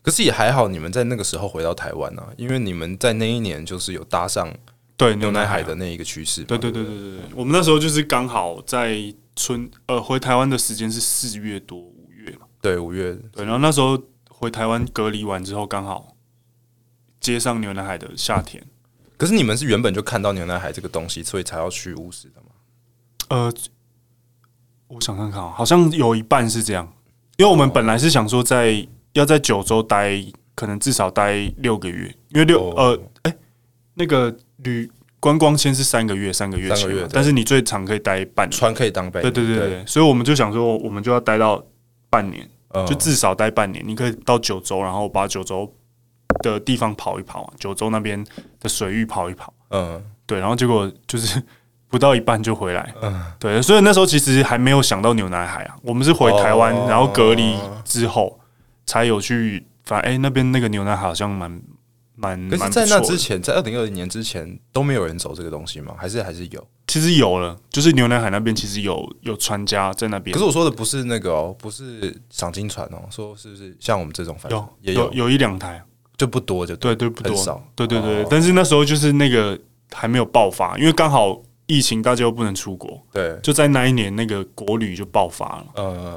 A: 可是也还好，你们在那个时候回到台湾啊，因为你们在那一年就是有搭上
B: 对
A: 牛
B: 牛
A: 奶
B: 奶
A: 海
B: 海
A: 的
B: 的，
A: 那一个趋势嘛。
B: 对对对对对对，我们那时候就是刚好在春呃回台湾的时间是四月多五月嘛，
A: 对，五月
B: 对，然后那时候回台湾隔离完之后，刚好接上牛奶海的夏天。
A: 可是你们是原本就看到牛奶海这个东西，所以才要去乌石的嘛？
B: 呃，我想看看啊，好像有一半是这样，因为我们本来是想说在要在九州待，可能至少待六个月，因为六、
A: 哦
B: 呃，哎、那个旅观光签是三个月，三个月
A: 三个
B: 签
A: 月
B: 嘛
A: 对
B: 但是你最长可以待半年，
A: 船可以当背，
B: 对对对对，对所以我们就想说，我们就要待到半年，
A: 嗯
B: 就至少待半年，你可以到九州，然后把九州的地方跑一跑啊，九州那边的水域跑一跑。
A: 嗯
B: 对，然后结果就是 *laughs* 不到一半就回来，
A: 嗯
B: 对，所以那时候其实还没有想到牛奶海啊，我们是回台湾，
A: 哦
B: 然后隔离之后才有去，反正哎、那边那个牛奶海好像蛮蛮
A: 可
B: 嗯蛮
A: 是，在
B: 不
A: 那
B: 错
A: 之
B: 的，
A: 前，在二零二零年之前都没有人走这个东西吗？还是还是有？
B: 其实有了，就是牛奶海那边其实有有船家在那边，
A: 可是我说的不是那个哦，不是赏金船哦，说是不是像我们这种，反正
B: 有
A: 也
B: 有有一两台，
A: 就不多，就对
B: 对对不
A: 很
B: 多，
A: 少
B: 对对对，
A: 哦
B: 但是那时候就是那个还没有爆发，因为刚好疫情大家又不能出国，
A: 对，
B: 就在那一年那个国旅就爆发了。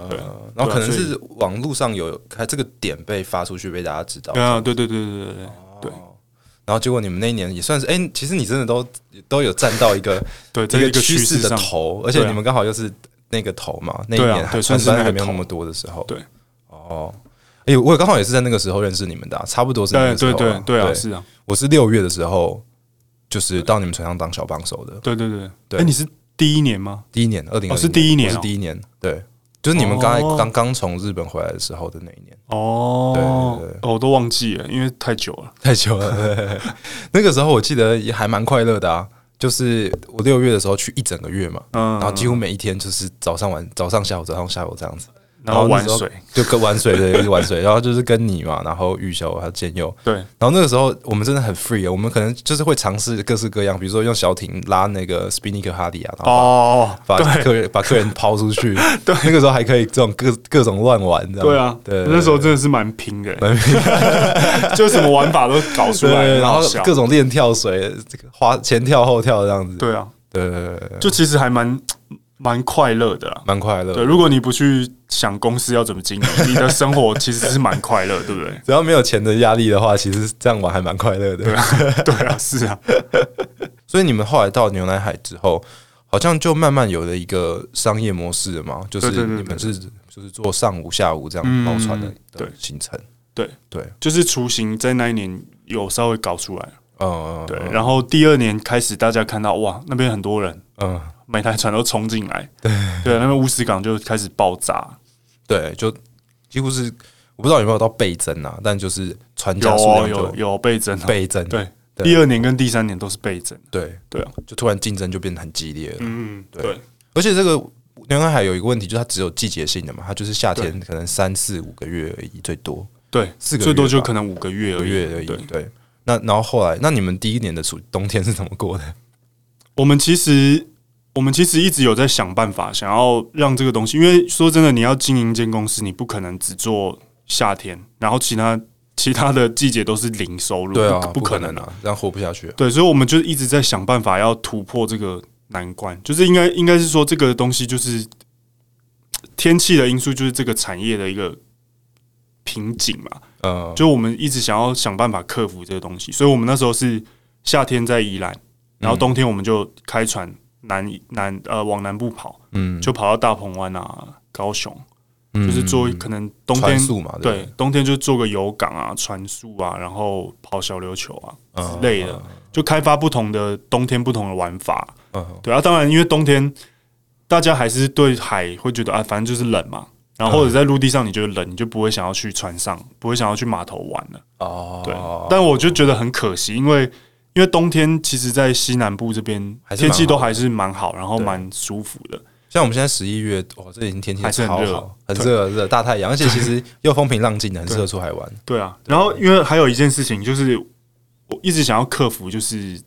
B: 对
A: 呃，然后可能是网络上有看这个点被发出去，被大家知道
B: 对，啊，对对对对对对，对
A: 哦然后结果你们那一年也算是，哎、其实你真的都都有站到一个
B: 对，
A: 这
B: 在
A: 个
B: 一个
A: 趋
B: 趋
A: 势
B: 势
A: 的
B: 上，
A: 头，而且
B: 对啊
A: 你们刚好又是那个头嘛，那一
B: 对啊
A: 年还
B: 对算是
A: 船班
B: 那个
A: 还没有那
B: 头
A: 么多的时候，
B: 对，
A: 哦，哎、我刚好也是在那个时候认识你们的啊、差不多是那
B: 对
A: 个时候
B: 对
A: 啊、
B: 对对啊，是啊，
A: 我是六月的时候，就是到你们船上当小帮手的，
B: 对对对
A: 对
B: 对。哎，你是第一年吗？
A: 第一年，二零
B: 哦是第一年哦
A: 是第一年，对，就是你们刚才
B: 哦
A: 刚刚从日本回来的时候的那一年，
B: 哦
A: 对对对，
B: 哦我都忘记了，因为太久了。
A: 太久了。对对 *laughs* 对那个时候我记得也还蛮快乐的啊，就是我六月的时候去一整个月嘛，
B: 嗯，
A: 然后几乎每一天就是早上晚早上下午早上下午这样子，
B: 然后
A: 哦那
B: 玩
A: 时候
B: 水，
A: 就跟玩水对，一直玩水，然后就是跟你嘛，然后玉秀还有建佑，
B: 对
A: 然后那个时候我们真的很 free，哦我们可能就是会尝试各式各样，比如说用小艇拉那个 spinnaker 哈利啊，然后
B: 哦，
A: 把
B: 对
A: 客人把客人抛出
B: *laughs*
A: 去，对，那个时候还可以这种各各种乱玩，这样
B: 对啊，
A: 对，
B: 那时候真的是蛮拼的，欸 *laughs* 就什么玩法都搞
A: *laughs*
B: 出
A: 对，
B: 来，
A: 然后各
B: 种
A: 种练跳水，这个花前跳后跳这样子，
B: 对啊，
A: 对对对对对，嗯
B: 就其实还蛮蛮快乐的啦。
A: 蛮快乐
B: 对，
A: 的。
B: 如果你不去想公司要怎么经营，你的生活其实是蛮快乐，对不对？ *laughs*
A: 只要没有钱的压力的话，其实这样玩还蛮快乐的。
B: 对啊，是啊，
A: 所以你们后来到牛奶海之后，好像就慢慢有了一个商业模式了嘛，就是
B: 对对对
A: 你们是就是做上午、下午这样
B: 嗯
A: 包船的
B: 对
A: 的行程。
B: 对
A: 对，
B: 就是雏形在那一年有稍微搞出来。
A: 嗯，
B: 对，然后第二年开始，大家看到哇，那边很多人，
A: 嗯，
B: 每台船都冲
A: *laughs*
B: 进来，对，那边乌石港就开始爆炸，
A: 对，就几乎是我不知道有没有到倍增啊，但就是船
B: 有
A: 家数
B: 哦
A: 量
B: 有
A: 就
B: 有倍增、啊，
A: 倍增。
B: 对
A: 对
B: 第二年跟第三年都是倍增。
A: 对
B: 对啊，
A: 就突然竞争就变得很激烈了。
B: 嗯，
A: 对
B: 对
A: 而且这个牛奶海有一个问题，就是它只有季节性的嘛，它就是夏天可能三四五个月而已，最多
B: 对，
A: 四个月吧
B: 最多就可能五个月
A: 五
B: 而
A: 个
B: 已。
A: 月而已。
B: 对
A: 对，那然后后来，那你们第一年的暑冬天是怎么过的？
B: 我们其实我们其实一直有在想办法，想要让这个东西，因为说真的，你要经营一间公司，你不可能只做夏天，然后其他其他的季节都是零收入，
A: 对啊，
B: 不
A: 不
B: 不可
A: 能
B: 能啊。
A: 啊，这样活不下去啊、
B: 对，所以我们就一直在想办法要突破这个难关，就是应该应该是说这个东西就是天气的因素，就是这个产业的一个瓶颈嘛。
A: 呃，
B: 就我们一直想要想办法克服这个东西，所以我们那时候是夏天在宜兰，然后冬天我们就开船南南呃往南部跑，
A: 嗯，
B: 就跑到大鹏湾啊、高雄，
A: 嗯
B: 就是做可能冬天
A: 传速嘛，对
B: 对冬天就做个游港啊、船速啊，然后跑小琉球啊
A: 不对
B: 之类的，就开发不同的冬天不同的玩法。
A: 嗯嗯
B: 对啊，当然因为冬天大家还是对海会觉得啊，反正就是冷嘛。然后或者在陆地上，你觉得冷，你就不会想要去船上，不会想要去码头玩了。
A: 嗯哦，
B: 对，但我就觉得很可惜，因为因为冬天其实，在西南部这边
A: 还是蛮
B: 天
A: 好
B: 气都还是蛮好，然后
A: 对
B: 蛮舒服的。
A: 像我们现在十一月，哇，这已经天气
B: 还是很
A: 超好，
B: 热
A: 很热很热，大太阳，而且其实又风平浪静的，很适合出海玩。
B: 对啊，然后因为还有一件事情，就是我一直想要克服，就是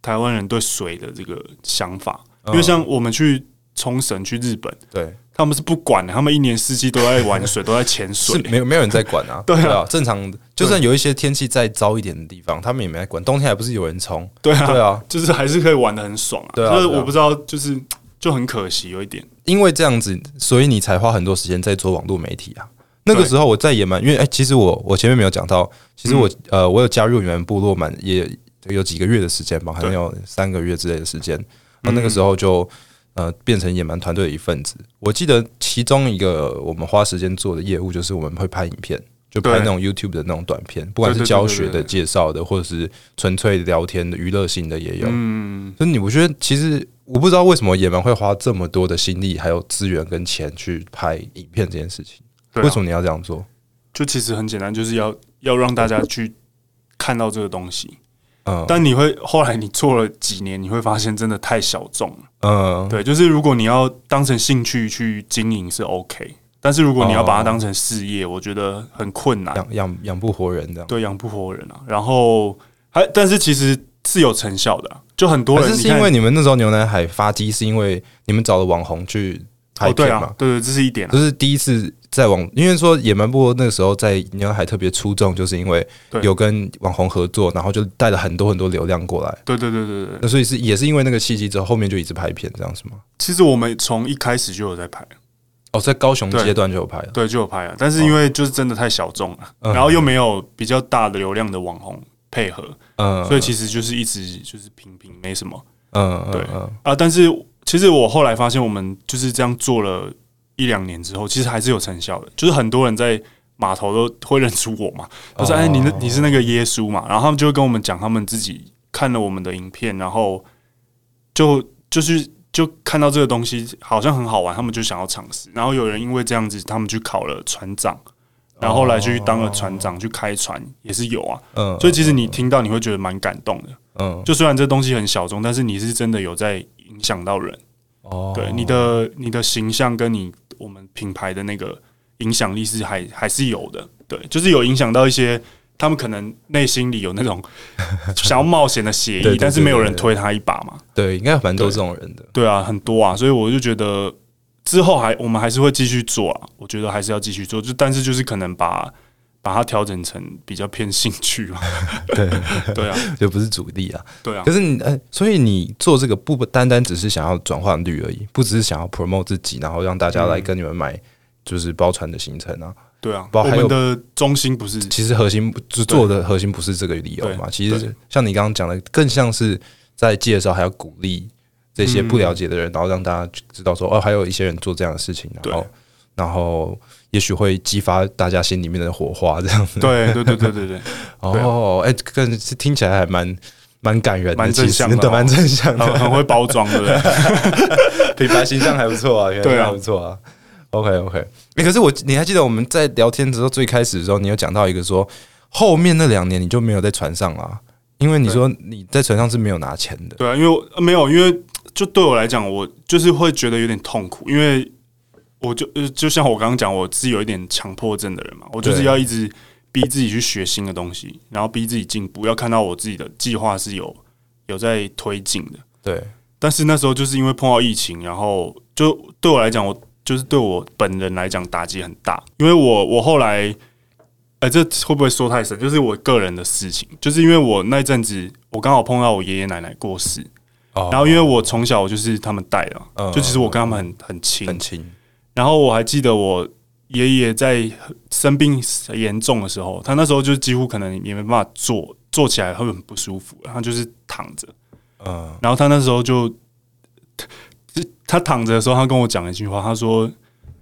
B: 台湾人对水的这个想法，因为
A: 嗯
B: 像我们去冲绳、去日本，
A: 对，
B: 他们是不管的，他们一年四季都在玩水，都在潜
A: 是
B: 水。
A: 没有没有人在管啊，
B: 对啊
A: 啊，正常就算有一些天气再糟一点的地方，他们也没在管，冬天还不是有人冲？
B: *laughs* 对啊，
A: 对啊，
B: 就是还是可以玩的很爽啊。
A: 对啊
B: 就是
A: 对啊
B: 我不知道，就是就很可惜有一点。
A: 因为这样子，所以你才花很多时间在做网络媒体啊。那个
B: 对
A: 时候我在野蛮，因为哎、其实我我前面没有讲到，其实我、
B: 嗯
A: 呃，我有加入你们部落满也有几个月的时间吧，好像有三个月之类的时间。啊那
B: 嗯
A: 那个时候就呃变成野蛮团队的一份子。我记得其中一个我们花时间做的业务就是我们会拍影片，就拍
B: 对
A: 那种 YouTube 的那种短片，不管是
B: 对对对
A: 教学
B: 对
A: 的、
B: 对
A: 介绍的，或者是纯粹聊天的、娱乐性的也有。
B: 嗯，
A: 所以你我觉得其实我不知道为什么野蛮会花这么多的心力，还有资源跟钱去拍影片这件事情。
B: 对啊
A: 为什么你要这样做？
B: 就其实很简单，就是要要让大家去看到这个东西。
A: 嗯
B: 但你会后来你做了几年，你会发现真的太小众了。
A: 嗯，
B: 对，就是如果你要当成兴趣去经营是 OK，但是如果你要把它当成事业，我觉得很困难，
A: 哦养养养不活人这样。
B: 对，养不活人啊。然后还，但是其实是有成效的啊、就很多
A: 还
B: 人
A: 是
B: 你
A: 是
B: 看哦
A: 因为你们那时候牛奶海发迹，是因为你们找了网红去拍
B: 哦，对
A: 片
B: 啊
A: 嘛？，
B: 对对，这是一点、啊
A: 就，是第一次在网，因为说野蛮部落那个时候在牛奶海特别出众，就是因为
B: 对
A: 有跟网红合作，然后就带了很多很多流量过来。
B: 对对对对对。
A: 那所以是也是因为那个契机之后，后面就一直拍片这样是吗？
B: 其实我们从一开始就有在拍，
A: 哦，在高雄
B: 对
A: 阶段就有拍了。
B: 对，就有拍啊，但是因为就是真的太小众了，
A: 哦嗯
B: 然后又没有比较大的流量的网红配合，
A: 嗯，
B: 所以其实就是一直就是平平，没什么。
A: 嗯，
B: 对
A: 嗯嗯
B: 啊，但是其实我后来发现，我们就是这样做了一两年之后，其实还是有成效的。就是很多人在码头都会认出我嘛，他说：“
A: 哦
B: 哎，你那你是那个耶稣嘛？”然后他们就会跟我们讲，他们自己看了我们的影片，然后就就是就看到这个东西好像很好玩，他们就想要尝试。然后有人因为这样子，他们去考了船长，然后后来去当了船长，去开船也是有啊。
A: 嗯，
B: 所以其实你听到你会觉得蛮感动的。
A: 嗯，
B: 就虽然这东西很小众，但是你是真的有在影响到人，
A: 哦
B: 对你的你的形象跟你我们品牌的那个影响力是还还是有的，对，就是有影响到一些他们可能内心里有那 *laughs* 种想要冒险的协
A: 对对
B: 议
A: 对，
B: 但是没有人推他一把嘛，
A: 对，应该有蛮多这种人的。
B: 对啊，很多啊，所以我就觉得之后还我们还是会继续做啊，我觉得还是要继续做，就但是就是可能把。把它调整成比较偏兴趣嘛， *laughs* 对对啊，
A: 就不是主力啊，
B: 对啊
A: 可，是你呃，所以你做这个不不单单只是想要转换率而已，不只是想要 promote 自己，然后让大家
B: 嗯
A: 来跟你们买就是包船的行程啊。
B: 对啊，
A: 包
B: 我
A: 含有
B: 们的中
A: *laughs*
B: 心不是
A: 其实核心就做的核心不是这个理由嘛，
B: 对
A: 其实
B: 对
A: 像你刚刚讲的，更像是在介绍还要鼓励这些不了解的人，然后让大家知道说哦，还有一些人做这样的事情，然后
B: 对
A: 然后也许会激发大家心里面的火花这样子。
B: 对对对
A: *laughs*
B: 对对对，
A: 哦，哎、这个是听起来还蛮蛮感人的，
B: 蛮正向的
A: 其实对，
B: 哦
A: 蛮正向
B: 很
A: 的，
B: 很会包装，
A: *laughs*
B: 对不对？
A: 品牌形象还不错啊，原来
B: *laughs* 对啊
A: 还不错啊。OK OK，哎、可是我你还记得我们在聊天之后最开始的时候，你有讲到一个说，后面那两年你就没有在船上啦、啊因为你说你在船上是没有拿钱的，
B: 对啊，因为我呃没有，因为就对我来讲，我就是会觉得有点痛苦，因为我就呃就像我刚刚讲，我自己有一点强迫症的人嘛，我就是
A: 对
B: 要一直逼自己去学新的东西，然后逼自己进步，要看到我自己的计划是有有在推进的。
A: 对
B: 但是那时候就是因为碰到疫情，然后就对我来讲，我就是对我本人来讲打击很大，因为我我后来，哎、这会不会说太深？就是我个人的事情，就是因为我那阵子我刚好碰到我爷爷奶奶过世，
A: 哦
B: 然后因为我从小我就是他们带的嘛，
A: 嗯
B: 就其实我跟他们很很亲，
A: 很轻，
B: 然后我还记得我爷爷在生病严重的时候，他那时候就几乎可能也没办法坐，坐起来会很不舒服，他就是躺着。
A: 嗯，
B: 然后他那时候就，他躺着的时候，他跟我讲一句话，他说：“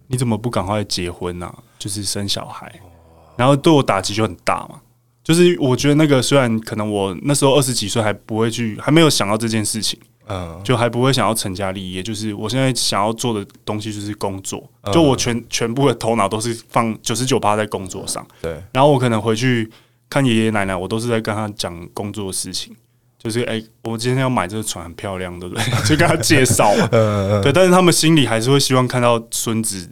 B: 你怎么不赶快结婚啊？就是生小孩。”
A: 哦
B: 然后对我打击就很大嘛。就是我觉得那个虽然可能我那时候二十几岁还不会去，还没有想到这件事情，
A: 嗯，
B: 就还不会想要成家立业。就是我现在想要做的东西就是工作，
A: 嗯
B: 就我全全部的头脑都是放九十九趴在工作上。
A: 对，
B: 然后我可能回去看爷爷奶奶，我都是在跟他讲工作的事情，就是哎、我今天要买这个船很漂亮，对不 *laughs* 对？就跟他介绍嘛，
A: 嗯嗯
B: 对。但是他们心里还是会希望看到孙子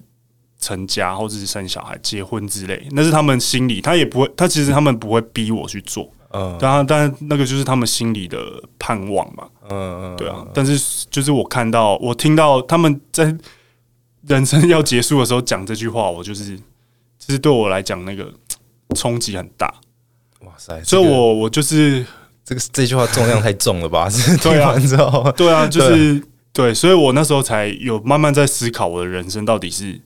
B: 成家，或者是生小孩、结婚之类，那是他们心里，他也不会，他其实他们不会逼我去做，
A: 嗯
B: 当然，但那个就是他们心里的盼望嘛。
A: 嗯嗯，
B: 对啊，但是就是我看到，我听到他们在人生要结束的时候讲这句话，我就是，就是对我来讲那个冲击很大，
A: 哇塞，
B: 所以
A: 这个
B: 我我就是
A: 这个这句话重量太重了吧？是听
B: *laughs* 对啊
A: 完之后，
B: 对
A: *laughs*
B: 啊，就是对，所以我那时候才有慢慢在思考我的人生到底是，因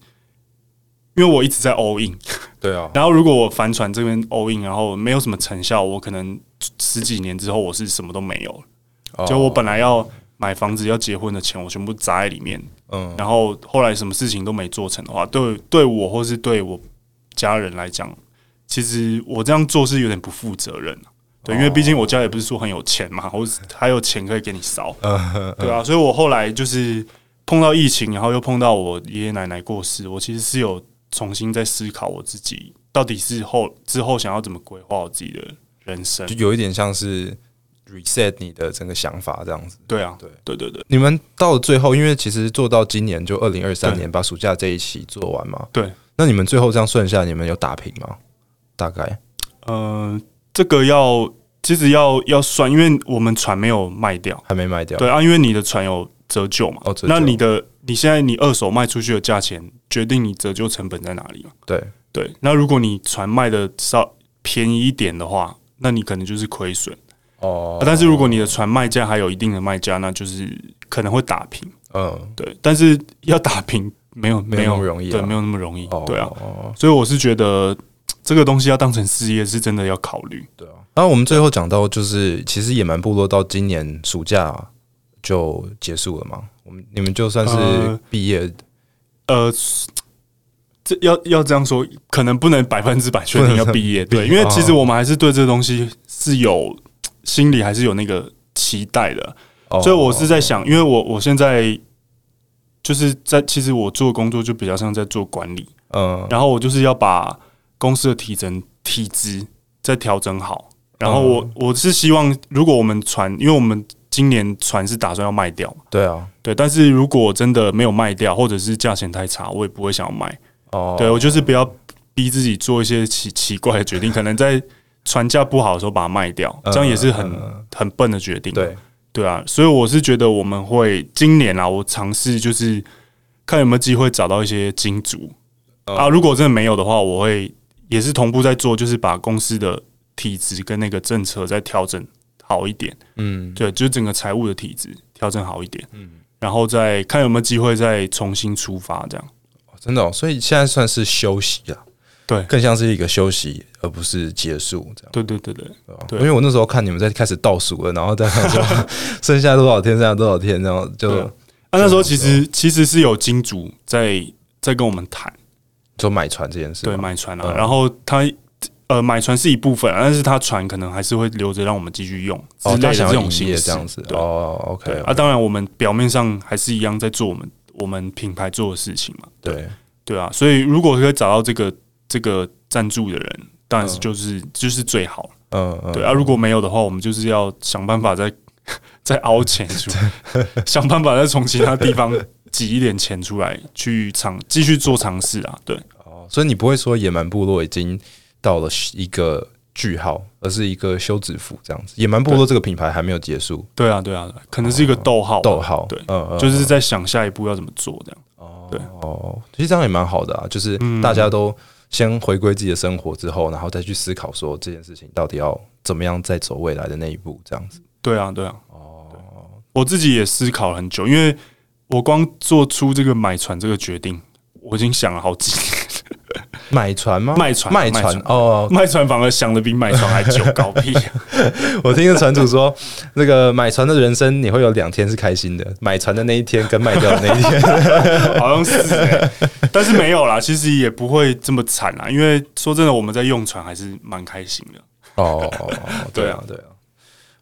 B: 为我一直在 all in，
A: 对啊，
B: 然后如果我帆船这边 all in，然后没有什么成效，我可能十几年之后我是什么都没有了，
A: 哦
B: 就我本来要买房子要结婚的钱，我全部砸在里面。
A: 嗯
B: 然后后来什么事情都没做成的话，对对我或是对我家人来讲，其实我这样做是有点不负责任、啊、对，
A: 哦
B: 因为毕竟我家也不是说很有钱嘛，我还有钱可以给你烧，
A: 嗯
B: 对啊，所以我后来就是碰到疫情，然后又碰到我爷爷奶奶过世，我其实是有重新在思考我自己到底是后之后想要怎么规划我自己的人生
A: 就。有一点像是 reset 你的整个想法这样子。
B: 对啊，
A: 对
B: 对对对
A: 你们到了最后，因为其实做到今年就二零二三年，把暑假这一期做完嘛。
B: 对，
A: 那你们最后这样算下来，你们有打平吗？大概
B: 嗯、这个要其实要要算，因为我们船没有卖掉。
A: 还没卖掉。
B: 对啊，因为你的船有折旧嘛，
A: 哦折旧
B: 那你的你现在你二手卖出去的价钱决定你折旧成本在哪里嘛？
A: 对
B: 对，那如果你船卖的稍便宜一点的话，那你可能就是亏损、
A: 哦
B: 啊但是如果你的船卖价还有一定的卖价，那就是可能会打平。
A: 嗯
B: 对，但是要打平没有
A: 没有那么容易啊
B: 对，没有那么容易。
A: 哦
B: 对啊，
A: 哦
B: 所以我是觉得这个东西要当成事业是真的要考虑。
A: 对啊。然后我们最后讲到，就是其实野蛮部落到今年暑假就结束了嘛。我们你们就算是
B: 呃
A: 毕业，
B: 呃，这要要这样说，可能不能百分之百确定要毕业，
A: 不能
B: 对，因为其实
A: 哦
B: 我们还是对这东西是有心里还是有那个期待的，
A: 哦
B: 所以我是在想，因为我我现在就是在其实我做的工作就比较像在做管理，
A: 嗯
B: 然后我就是要把公司的提成体资再调整好，然后我我是希望如果我们船，因为我们今年船是打算要卖掉嘛，
A: 对啊
B: 对，但是如果真的没有卖掉，或者是价钱太差，我也不会想要卖。
A: 哦
B: 对我就是不要逼自己做一些奇奇怪的决定，可能在船价不好的时候把它卖掉，
A: 嗯
B: 这样也是很、
A: 嗯嗯
B: 很笨的决定。
A: 对
B: 对啊，所以我是觉得我们会今年啊，我尝试就是看有没有机会找到一些金主、
A: 嗯
B: 啊，如果真的没有的话，我会也是同步在做，就是把公司的体制跟那个政策再调整好一点。
A: 嗯
B: 对，就是整个财务的体制调整好一点，然后再看有没有机会再重新出发这样。
A: 真的、哦，所以现在算是休息啊，
B: 对
A: 更像是一个休息，而不是结束这样，
B: 对对对对，
A: 对吧？
B: 对
A: 因为我那时候看你们在开始倒数了，然后在想说 *laughs* 剩下多少天，剩下多少天，然后
B: 对
A: 就
B: 啊啊，那时候其实其实是有金主在在跟我们谈，
A: 就买船这件事嘛。
B: 对买船啊，
A: 嗯
B: 然后他呃买船是一部分啊，但是他船可能还是会留着让我们继续用之
A: 哦，
B: 类
A: 他
B: 的
A: 想
B: 这
A: 要
B: 种
A: 营
B: 形
A: 业
B: 式，
A: 这样子。
B: 对
A: 哦
B: 对
A: ，OK，
B: 啊，当然我们表面上还是一样在做我们我们品牌做的事情嘛，
A: 对，
B: 对啊，所以如果可以找到这个这个赞助的人，当然是
A: 嗯
B: 就是就是最好了，
A: 嗯嗯，
B: 对啊，如果没有的话，我们就是要想办法再 *laughs* 再凹钱出，
A: *laughs*
B: 想办法再从其他地方挤一点钱出来，去尝继续做尝试啊。对，
A: 哦，所以你不会说野蛮部落已经到了一个句号，而是一个休止符这样子。野蛮部落这个品牌还没有结束，
B: 对啊，对啊，对啊可能是一个逗号吧，
A: 逗号，
B: 对，
A: 嗯嗯，
B: 就是在想下一步要怎么做这样。对
A: 哦，其实这样也蛮好的啊，就是大家都先回归自己的生活之后，然后再去思考说这件事情到底要怎么样再走未来的那一步这样子。
B: 对啊，对啊。哦，我自己也思考了很久，因为我光做出这个买船这个决定，我已经想了好几 *laughs* 年。
A: 买船吗？
B: 卖船
A: 卖
B: 卖
A: 船
B: 船
A: 哦！
B: 卖船反而想的比买船还久，搞
A: *laughs*
B: 屁、
A: 我听着船主说，那个买船的人生你会有两天是开心的，买船的那一天跟卖掉的那一天。
B: 好像是、欸，但是没有啦，其实也不会这么惨啦，因为说真的，我们在用船还是蛮开心的。
A: 哦，
B: *laughs*
A: 对
B: 对
A: 啊
B: 啊，
A: 对啊。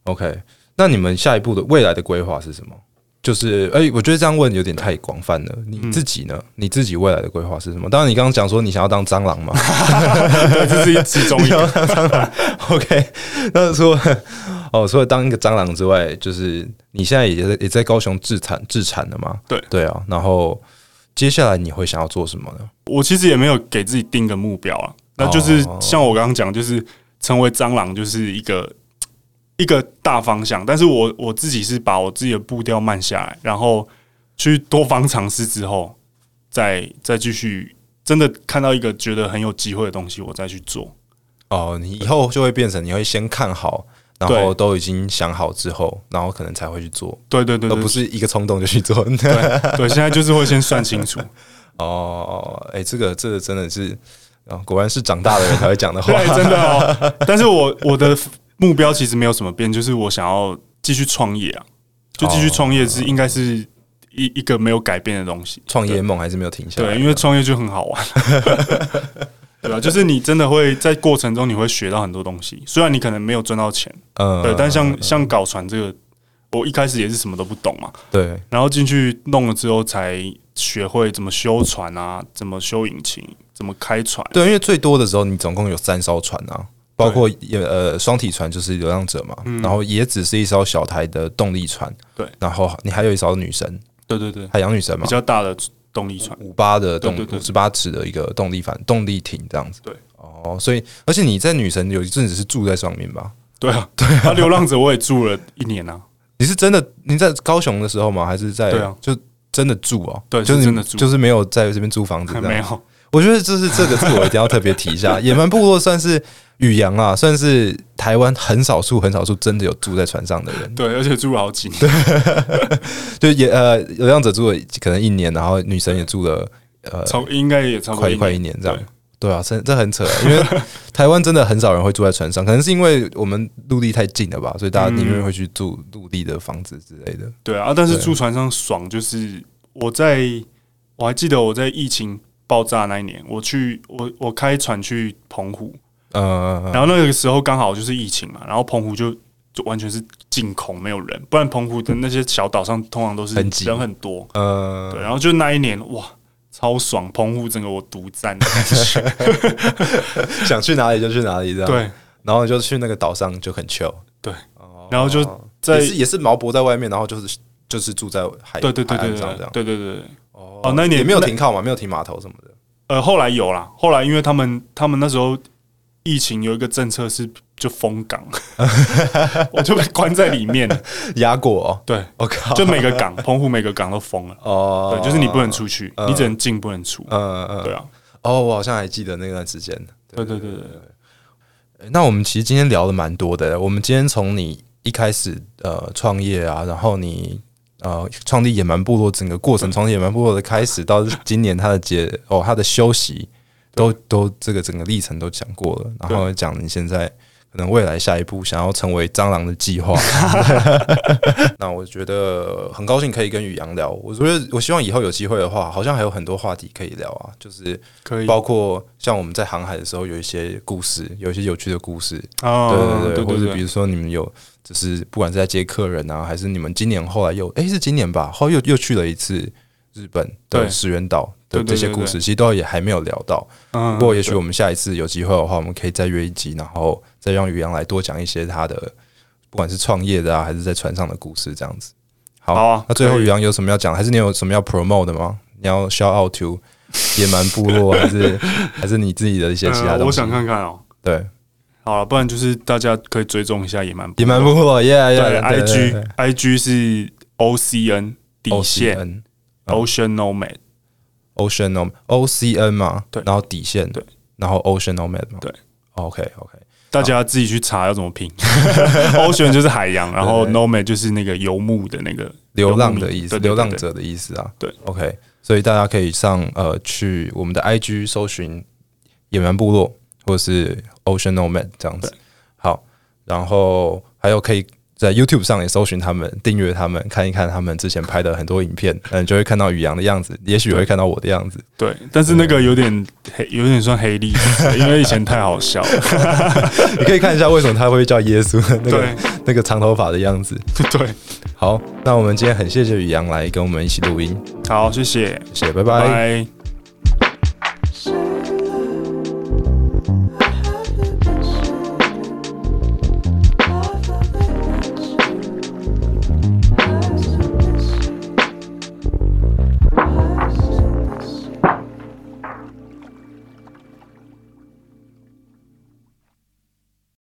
A: OK，那你们下一步的未来的规划是什么？就是，哎、我觉得这样问有点太广泛了。
B: 嗯
A: 你自己呢？你自己未来的规划是什么？当然，你刚刚讲说你想要当蟑螂嘛 *laughs*
B: 对，这是其中一
A: 你要当
B: 个。
A: 蟑螂。OK，那除了哦，除了当一个蟑螂之外，就是你现在也在也在高雄自产自产了嘛？
B: 对
A: 对啊。然后接下来你会想要做什么呢？
B: 我其实也没有给自己定个目标啊，那就是
A: 哦
B: 像我刚刚讲，就是成为蟑螂，就是一个一个大方向。但是我我自己是把我自己的步调慢下来，然后去多方尝试之后，再再继续真的看到一个觉得很有机会的东西，我再去做。
A: 哦，你以后就会变成你会先看好，然后
B: 对
A: 都已经想好之后，然后可能才会去做。
B: 对对对
A: 而
B: 对
A: 不是一个冲动就去做。
B: 对对，现在就是会先算清楚。
A: *laughs* 哦，哎、这个这个真的是，啊，果然是长大的人才会讲的话。
B: *laughs* 对，真的哦。但是我我的目标其实没有什么变，就是我想要继续创业啊，就继续创业是应该是一一个没有改变的东西。
A: 创业梦还是没有停下来。
B: 对，因啊为创业就很好玩， *laughs* 对啊，就是你真的会在过程中你会学到很多东西，虽然你可能没有赚到钱，
A: 嗯，
B: 对，但像像搞船这个，我一开始也是什么都不懂嘛，
A: 对
B: 然后进去弄了之后才学会怎么修船啊，怎么修引擎，怎么开船，
A: 对，因为最多的时候你总共有三艘船啊，包括也呃双体船就是流浪者嘛，然后也只是一艘小台的动力船，
B: 嗯对，
A: 然后你还有一艘女神
B: 对对对，
A: 海洋女神嘛
B: 比，较大的动力船。
A: 五八的动
B: 对对对
A: 五十八尺的一个动力帆动力艇这样子。
B: 对，
A: 哦，所以而且你在女神有一阵子是住在上面吧？
B: 对啊，对啊，流浪者我也住了一
A: *laughs*
B: 年啊，
A: 你是真的你在高雄的时候吗？还是在
B: 对啊
A: 就真的住哦？
B: 对
A: 就是你
B: 是真的住
A: 就是没有在这边租
B: *laughs*
A: 房子这样。
B: 没有，
A: 我觉得就是这个字我一定要特别提一下， *laughs* 野蛮部落算是语阳啊，算是台湾很少数很少数真的有住在船上的
B: *laughs*
A: 人。
B: 对，而且住了好几 *laughs* 年，
A: 就也呃，流浪者住了可能一年，然后女神也住了呃
B: 从应该也差不多
A: 快
B: 哦一
A: 快一
B: 年
A: 年这样。对啊，这这很扯、因
B: *laughs*
A: 为台湾真的很少人会住在船上，可能是因为我们陆地太近了吧，所以大
B: 嗯
A: 家宁愿会去住陆地的房子之类的。
B: 对啊，但是
A: 对
B: 住船上爽，就是我在我还记得我在疫情爆炸那一年，我去我我开船去澎湖，
A: 呃，
B: 然后那个时候刚好就是疫情嘛，然后澎湖就就完全是净空，没有人，不然澎湖的那些小岛上通常都是
A: 很挤
B: 人很多，
A: 呃，
B: 对，然后就那一年哇。超爽，澎湖整个我
A: *laughs*
B: 独占的感觉，
A: 想去哪里就去哪里这样。，
B: 对
A: 然后你就去那个岛上就很 chill，
B: 对，
A: 哦
B: 然后就在
A: 也是也是毛博在外面，然后就是就是住在海
B: 对对对
A: 海
B: 对
A: 岸上这
B: 对
A: 样。
B: 对对对，
A: 哦
B: 哦那一年
A: 也没有停靠嘛，没有停码头什么的。
B: 呃，后来有啦，后来因为他们他们那时候疫情有一个政策是就
A: *laughs*
B: 封港， *laughs* 我就被关在里面了。
A: 压过哦，
B: 对，
A: 我靠，
B: 就每个港，澎湖每个港都封了。
A: 哦，
B: 对，就是你不能出去，你只能进不能出。
A: 嗯，嗯
B: 对
A: 嗯，
B: 啊，
A: 哦，我好像还记得那段时间。
B: 对对对对对，
A: 那我们其实今天聊的蛮多的。我们今天从你一开始呃创业啊，然后你呃创立野蛮部落整个过程，从野蛮部落的开始到今年他的结哦他的休息，都都这个整个历程都讲过了。然后讲你现在可能未来下一步想要成为蟑螂的计划。那我觉得很高兴可以跟宇阳聊。我觉得我希望以后有机会的话，好像还有很多话题可以聊啊，就是
B: 可以。
A: 包括像我们在航海的时候有一些故事，有一些有趣的故事，
B: 哦，
A: 对对对，或
B: 对
A: 者比
B: 对，
A: 如说你们有，就是不管是在接客人啊，还是你们今年后来又，哎、是今年吧，后来又又去了一次日本
B: 对
A: 的石原岛的
B: 对对
A: 这些
B: 对
A: 故
B: 对
A: 事，其实都也还没有聊到。
B: 嗯，
A: 不过也许我们下一次有机会的话，我们可以再约一集，然后再让于洋来多讲一些他的不管是创业的啊，还是在船上的故事这样子。好，
B: 好啊
A: 那最后
B: 可以
A: 于洋有什么要讲？还是你有什么要 promote 的吗？你要 shout out to 野蛮部落， *laughs* 还是还是你自己的一些
B: 对
A: 其他
B: 呃
A: 东西？
B: 我想看看哦。
A: 对
B: 好了，不然就是大家可以追踪一下野蛮部
A: 野蛮部落耶耶
B: 对 IG IG 是 OCN 底线
A: OCN 嗯
B: Ocean Nomad，
A: Ocean Nomad OCN 嘛，
B: 对
A: 然后底线
B: 对，
A: 然后 Ocean Nomad 嘛，
B: 对
A: ，OK OK，
B: 大家自己去查要
A: *laughs*
B: 怎么拼。Ocean 就是海洋，然后
A: 对
B: Nomad 就是那个游牧的那个
A: 流浪的意思，
B: 对对对
A: 流浪者的意思啊。
B: 对
A: ，OK，所以大家可以上呃去我们的 IG 搜寻野蛮部落或者是 Ocean Nomad 这样子
B: 对。
A: 好，然后还有可以在 YouTube 上也搜寻他们，订阅他们，看一看他们之前拍的很多影片， *laughs* 嗯，就会看到宇阳的样子，也许会看到我的样
B: *laughs*
A: 子。
B: 对，但是那个有点黑，有点算黑历
A: *laughs*
B: 史，因为以前太好笑了。 *laughs*
A: 你可以看一下为什么他会叫耶稣 *laughs* 那个
B: 对
A: 那个长头发的样子。
B: 对，
A: 好，那我们今天很谢谢宇阳来跟我们一起录音，
B: 好，谢谢，
A: 谢谢，拜
B: 拜。